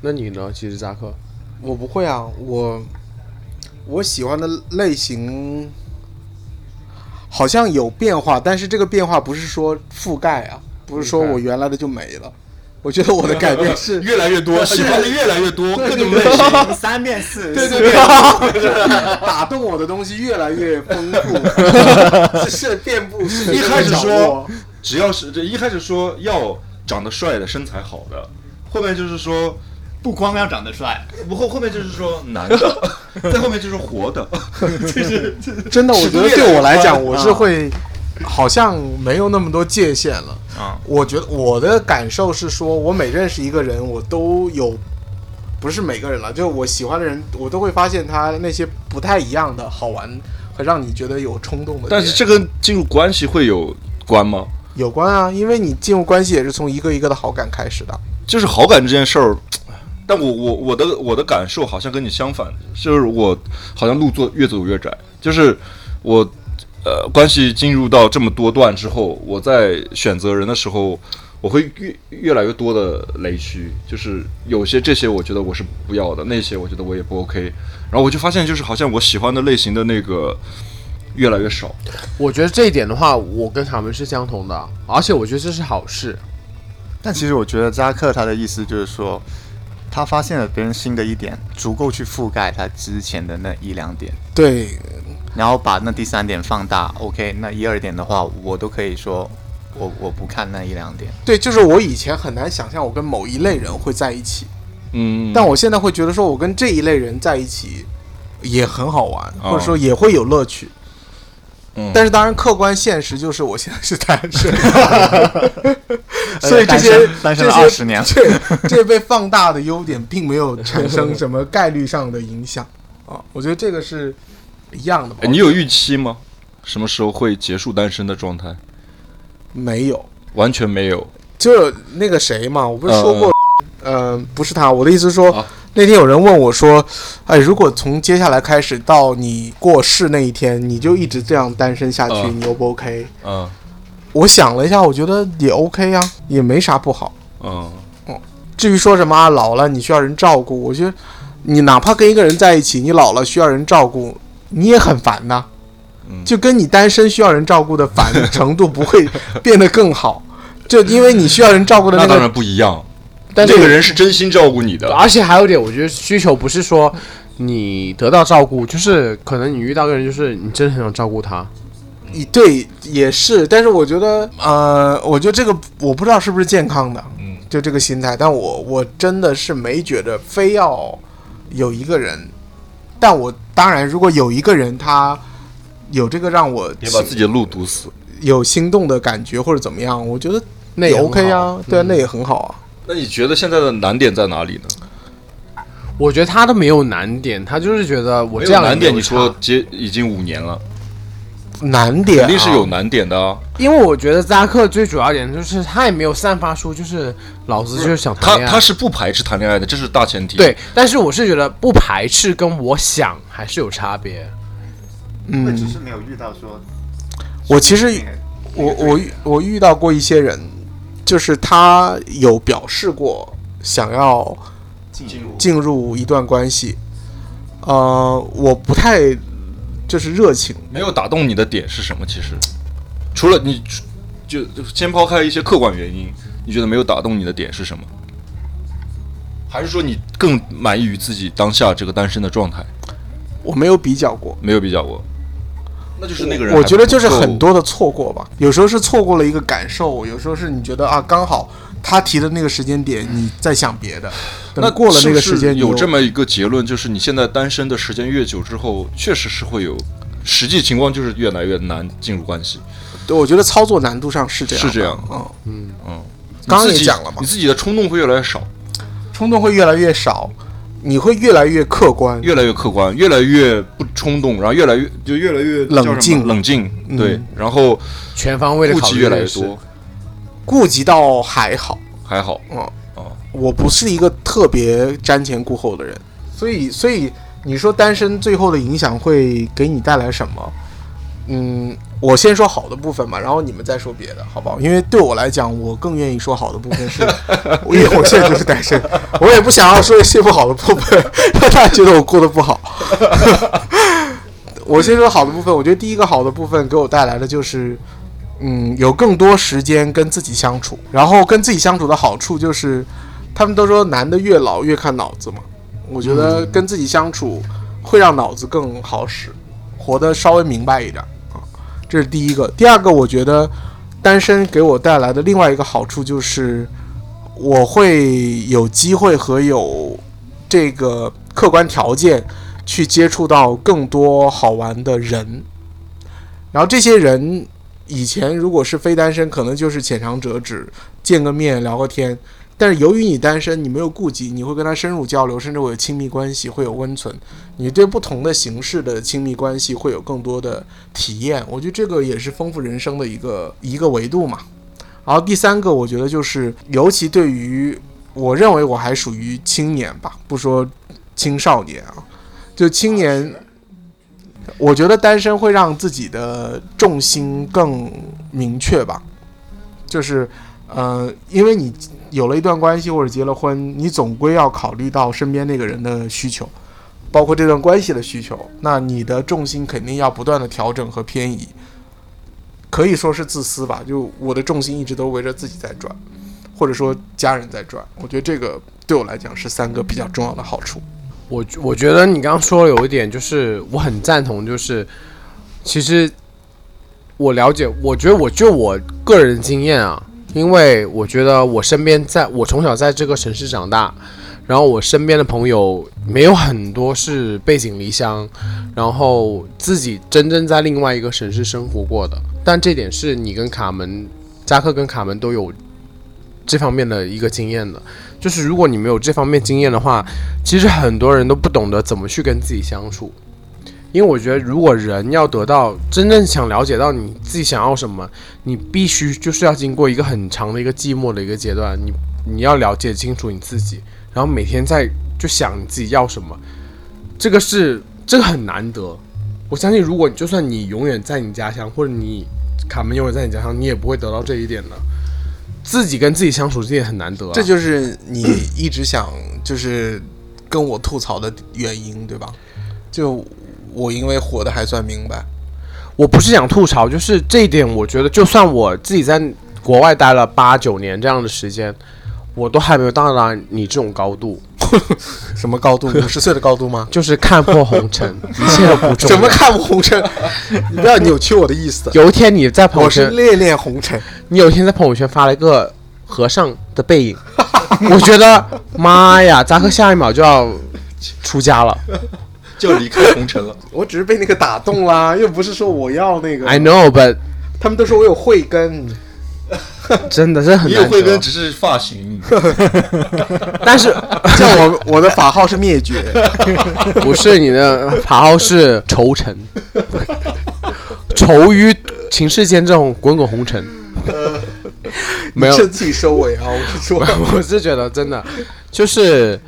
那你呢？其实扎克，
我不会啊，我我喜欢的类型好像有变化，但是这个变化不是说覆盖啊，不是说我原来的就没了。我觉得我的改变是
越来越多，喜欢的越来越多，各种类型。
对三变 四，
对对对， 打动我的东西越来越丰 富，是遍布世界
一开始
的角
说
落，
只要是这一开始说要长得帅的、身材好的，后面就是说
不光要长得帅，
不后后面就是说男的，再后面就是活的，就是就是
真的，我
尺
觉
度
得
越啊
对我来讲，
宽
我是会好像没有那么多界限了。
啊，
我觉得我的感受是说，我每认识一个人，我都有，不是每个人了，就我喜欢的人，我都会发现他那些不太一样的好玩和让你觉得有冲动的点。
但是这跟进入关系会有关吗？
有关啊，因为你进入关系也是从一个一个的好感开始的。
就是好感这件事儿，但我我我的我的感受好像跟你相反，就是我好像路做越走越窄，就是我呃关系进入到这么多段之后，我在选择人的时候，我会越越来越多的雷区，就是有些这些我觉得我是不要的，那些我觉得我也不 OK，然后我就发现就是好像我喜欢的类型的那个越来越少，
我觉得这一点的话，我跟他们是相同的，而且我觉得这是好事。
但其实我觉得扎克他的意思就是说，他发现了别人新的一点，足够去覆盖他之前的那一两点，
对，
然后把那第三点放大。OK，那一二点的话，我都可以说，我我不看那一两点。
对，就是我以前很难想象我跟某一类人会在一起，
嗯，
但我现在会觉得说，我跟这一类人在一起也很好玩，
哦
或者说也会有乐趣。
嗯
但是当然，客观现实就是我现在是单 身，所以这些
单身单身
这
了
些
20年
这这被放大的优点并没有产生什么概率上的影响啊。我觉得这个是一样的吧
哎。你有预期吗？什么时候会结束单身的状态？
没有？
完全没有。
就是那个谁嘛，我不是说
嗯
过，呃，不是他，我的意思是说，
啊
那天有人问我说，哎，如果从接下来开始到你过世那一天，你就一直这样单身下去，
嗯
你 O 不 OK？
嗯
我想了一下，我觉得也 OK 啊，也没啥不好。
嗯
至于说什么、啊、老了你需要人照顾，我觉得你哪怕跟一个人在一起，你老了需要人照顾，你也很烦呐、
嗯
就跟你单身需要人照顾的烦程度不会变得更好，就因为你需要人照顾的
那
那
当
个，
然不一样。
但是啊
那个人是真心照顾你的，
而且还有一点，我觉得需求不是说你得到照顾，就是可能你遇到一个人，就是你真的很想照顾他。
你对也是，但是我觉得，呃，我觉得这个我不知道是不是健康的，
嗯，
就这个心态，但我我真的是没觉得非要有一个人，但我当然如果有一个人他有这个让我
别把自己的路堵死。
有心动的感觉或者怎么样，我觉得
那
也
也很
OK 啊
好，
对
嗯
啊，那也很好啊。
那你觉得现在的难点在哪里呢？
我觉得他都没有难点，他就是觉得我
没有
这样也
难
没有
点，你说
差
接已经五年了，
难点、啊、
肯定是有，难点的啊。
因为我觉得扎克最主要一点就是他也没有散发出就是老子就是想谈
他
恋爱。
他是不排斥谈恋爱的，这是大前提。
啊对，但是我是觉得不排斥跟我想还是有差别。
嗯，
是没有遇到说，
我其实我我遇我遇到过一些人，就是他有表示过想要
进入
进入一段关系，呃，我不太就是热情，
没有打动你的点是什么？其实，除了你就就先抛开一些客观原因，你觉得没有打动你的点是什么？还是说你更满意于自己当下这个单身的状态？
我没有比较过。
没有比较过，那就是那个人
我
还
觉得就是
不够
很多的错过吧，有时候是错过了一个感受，有时候是你觉得啊，刚好他提的那个时间点，你在想别的，
那
等过了
是
那
不
个
是
时间，你
有
又
这么一个结论，就是你现在单身的时间越久之后，确实是会有实际情况，就是越来越难进入关系。
对，我觉得操作难度上是这样的，
是这样
嗯，
嗯，
刚刚
你
也
自己
讲了嘛
你自己的冲动会越来越少，
冲动会越来越少，你会越来越客观，
越来越客观，越来越不冲动，然后越来越就越来越
冷
叫什么
静
冷静，
嗯
对，然后
全方位的
顾
考
忌
虑
越来越
这个事
多，
顾及到还好，
还好，
嗯，
哦，
我不是一个特别瞻前顾后的人，所以所以你说单身最后的影响会给你带来什么？嗯，我先说好的部分嘛，然后你们再说别的，好不好？因为对我来讲，我更愿意说好的部分是，因为我现在就是单身，我也不想要说一些不好的部分，让大家觉得我过得不好。我先说好的部分，我觉得第一个好的部分给我带来的就是，嗯，有更多时间跟自己相处，然后跟自己相处的好处就是，他们都说男的越老越看脑子嘛，我觉得跟自己相处会让脑子更好使，活得稍微明白一点啊，这是第一个。第二个，我觉得单身给我带来的另外一个好处就是，我会有机会和有这个客观条件去接触到更多好玩的人，然后这些人以前如果是非单身，可能就是浅尝辄止，见个面聊个天。但是由于你单身，你没有顾忌，你会跟他深入交流，甚至会有亲密关系，会有温存。你对不同的形式的亲密关系会有更多的体验。我觉得这个也是丰富人生的一个一个维度嘛。然后第三个，我觉得就是，尤其对于我认为我还属于青年吧，不说青少年啊，就青年，我觉得单身会让自己的重心更明确吧，就是呃，因为你有了一段关系或者结了婚，你总归要考虑到身边那个人的需求。包括这段关系的需求，那你的重心肯定要不断的调整和偏移，可以说是自私吧。就我的重心一直都围着自己在转，或者说家人在转。我觉得这个对我来讲是三个比较重要的好处。
我我觉得你刚刚说有一点，就是我很赞同，就是其实我了解，我觉得我就我个人经验啊，因为我觉得我身边在，我从小在这个城市长大，然后我身边的朋友没有很多是背井离乡，然后自己真正在另外一个城市生活过的，但这点是你跟卡门、扎克跟卡门都有这方面的一个经验的。就是如果你没有这方面经验的话，其实很多人都不懂得怎么去跟自己相处，因为我觉得，如果人要得到真正想了解到你自己想要什么，你必须就是要经过一个很长的一个寂寞的一个阶段，你你要了解清楚你自己，然后每天在就想你自己要什么，这个是这个很难得。我相信，如果就算你永远在你家乡，或者你卡门永远在你家乡，你也不会得到这一点的。自己跟自己相处，这也很难得、啊。
这就是你一直想就是跟我吐槽的原因，对吧？就我因为活得还算明白，
我不是想吐槽，就是这一点，我觉得就算我自己在国外待了八九年这样的时间，我都还没有到达你这种高度，
什么高度？五十岁的高度 吗？
就是看破红尘，一切都不重
怎么
要。
看不红尘？你 不要扭曲我的意思。
有一天你在朋
我
友
是
圈，
恋恋红尘，
你有一天在朋友圈发了一个和尚的背影，我觉得妈呀，扎克下一秒就要出家了。
就离开红 尘了。
我只是被那个打动啦，又不是说我要那个。
I know，but
他们都说我有慧 根，
真的是很
你
难
有
得。
慧根，只是发型。
但是
像我我的法号是灭 绝，
不是你的法号是愁尘，愁于情世间这种滚滚红尘。没有
你，趁自己收尾啊！我是说，
我是觉得真的就是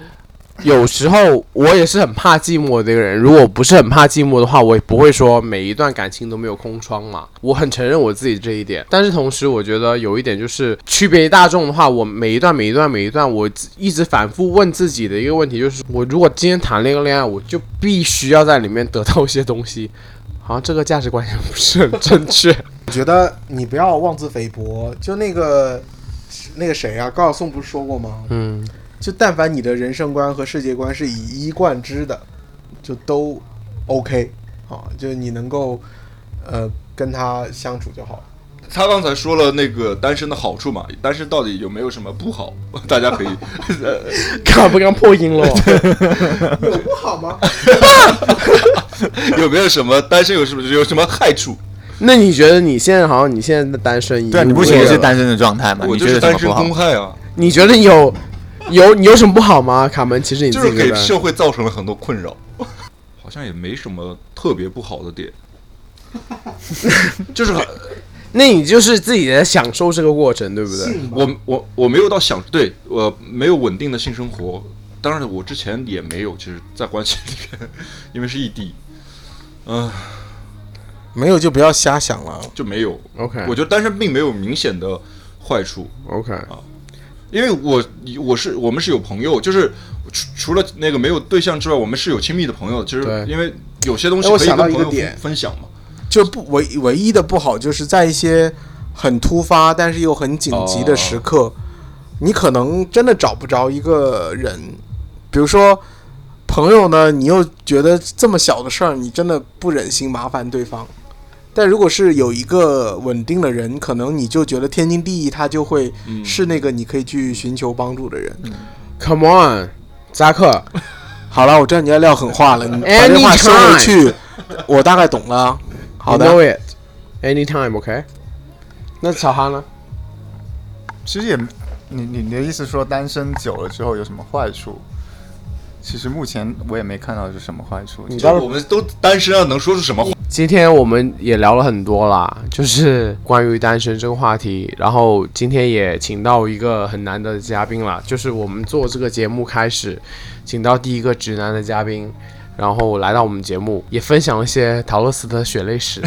有时候我也是很怕寂寞的一个人。如果不是很怕寂寞的话，我也不会说每一段感情都没有空窗嘛。我很承认我自己这一点，但是同时我觉得有一点就是区别于大众的话，我每一段每一段每一段，我一直反复问自己的一个问题就是：我如果今天谈了一个恋爱，我就必须要在里面得到一些东西。好像这个价值观也不是很正确。
我觉得你不要妄自菲薄。就那个那个谁啊，高晓松不是说过吗？
嗯，
就但凡你的人生观和世界观是以一贯之的，就都 OK 啊，就是你能够呃跟他相处就好了。
他刚才说了那个单身的好处嘛，单身到底有没有什么不好？大家可以， 呃
刚不刚破音了？
有不好吗？
有没有什么单身有什么有什么害处？
那你觉得你现在好像你现在的单身，
对啊，你不
行
也是，单身的状态吗？
我
你
就
觉
是
得什
单
么
身
不好？
公害啊，
你觉得你有有你有什么不好吗？卡门，其实你
就
自
是
己觉
给
得
社会造成了很多困扰，好像也没什么特别不好的点。就是很
那你就是自己在享受这个过程，对不对？
我我我没有到想对我没有稳定的性生活，当然我之前也没有，其实在关系里面，因为是异地，嗯、
没有就不要瞎想了。
就没有。
OK
我觉得单身并没有明显的坏处，
OK，
因为我我是我们是有朋友，就是除除了那个没有对象之外，我们是有亲密的朋友的，就是
对
因为有些东西
哎我
可以
想
跟
到
朋
一个
友
点
分分享嘛。
就不唯唯一的不好就是在一些很突发但是又很紧急的时刻，你可能真的找不着一个人。比如说朋友呢，你又觉得这么小的事儿，你真的不忍心麻烦对方。但如果是有一个稳定的人，可能你就觉得天经地义，他就会是那个你可以去寻求帮助的人。
Come on，扎克，
好了，我知道你要撂狠话了，你把这话收回去，我大概懂了。好
you
的，
，know it，anytime，OK、那小哈呢？
其实也，你你你的意思说单身久了之后有什么坏处？其实目前我也没看到有什么坏处。
你
就
就我们都单身啊，能说出什么话？
今天我们也聊了很多啦，就是关于单身这个话题。然后今天也请到一个很难得的嘉宾啦，就是我们做这个节目开始，请到第一个直男的嘉宾，然后来到我们节目，也分享了一些陶乐斯的血 泪史。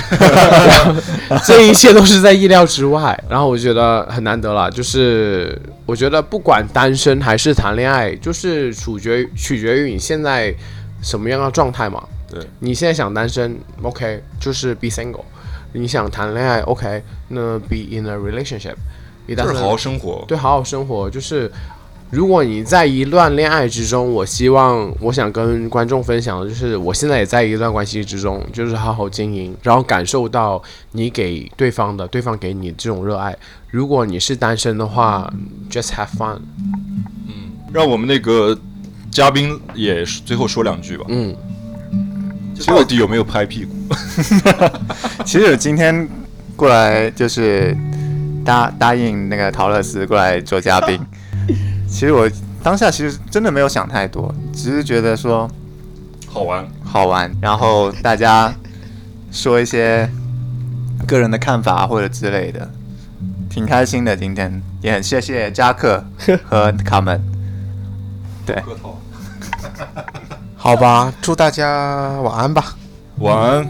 这一切都是在意料之外。然后我觉得很难得了，就是我觉得不管单身还是谈恋爱，就是取决于取决于你现在什么样的状态嘛。
对，
你现在想单身，OK，就是 be single；你想谈恋爱，OK，那 be in a relationship。也
就是好
doesn't-
好生活。
对，好好生活。就是如果你在一段恋爱之中，我希望我想跟观众分享的就是，我现在也在一段关系之中，就是好好经营，然后感受到你给对方的，对方给你这种热爱。如果你是单身的话，just
嗯
have fun。
让我们那个嘉宾也是最后说两句吧。
嗯，
到底有没有拍屁股？
其实我今天过来就是答答应那个陶乐斯过来做嘉宾。其实我当下其实真的没有想太多，只是觉得说
好玩，
好玩，然后大家说一些个人的看法或者之类的，挺开心的。今天也很谢谢扎克和卡门。
客套。
好吧，祝大家晚安吧。
晚安，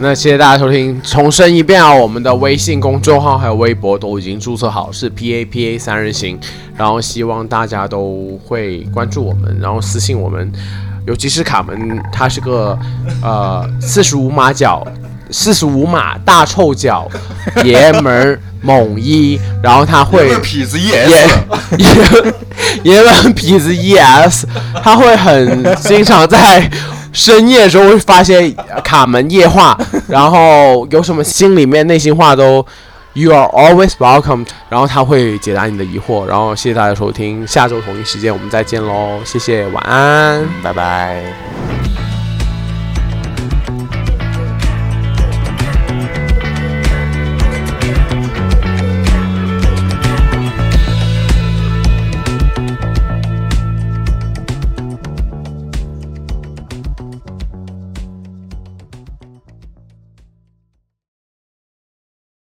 那谢谢大家收听，重申一遍啊，我们的微信公众号还有微博都已经注册好，是 P A P A 三人行，然后希望大家都会关注我们，然后私信我们，尤其是卡门，他是个呃四十五码脚。四十五码大臭脚，爷们儿猛一，然后他会
是痞子 yes，
也也 也很痞子 yes，他会很经常在深夜的时候会发些卡门夜话，然后有什么心里面内心话都 you are always welcome，然后他会解答你的疑惑，然后谢谢大家收听，下周同一时间我们再见喽，谢谢，晚安。
拜拜。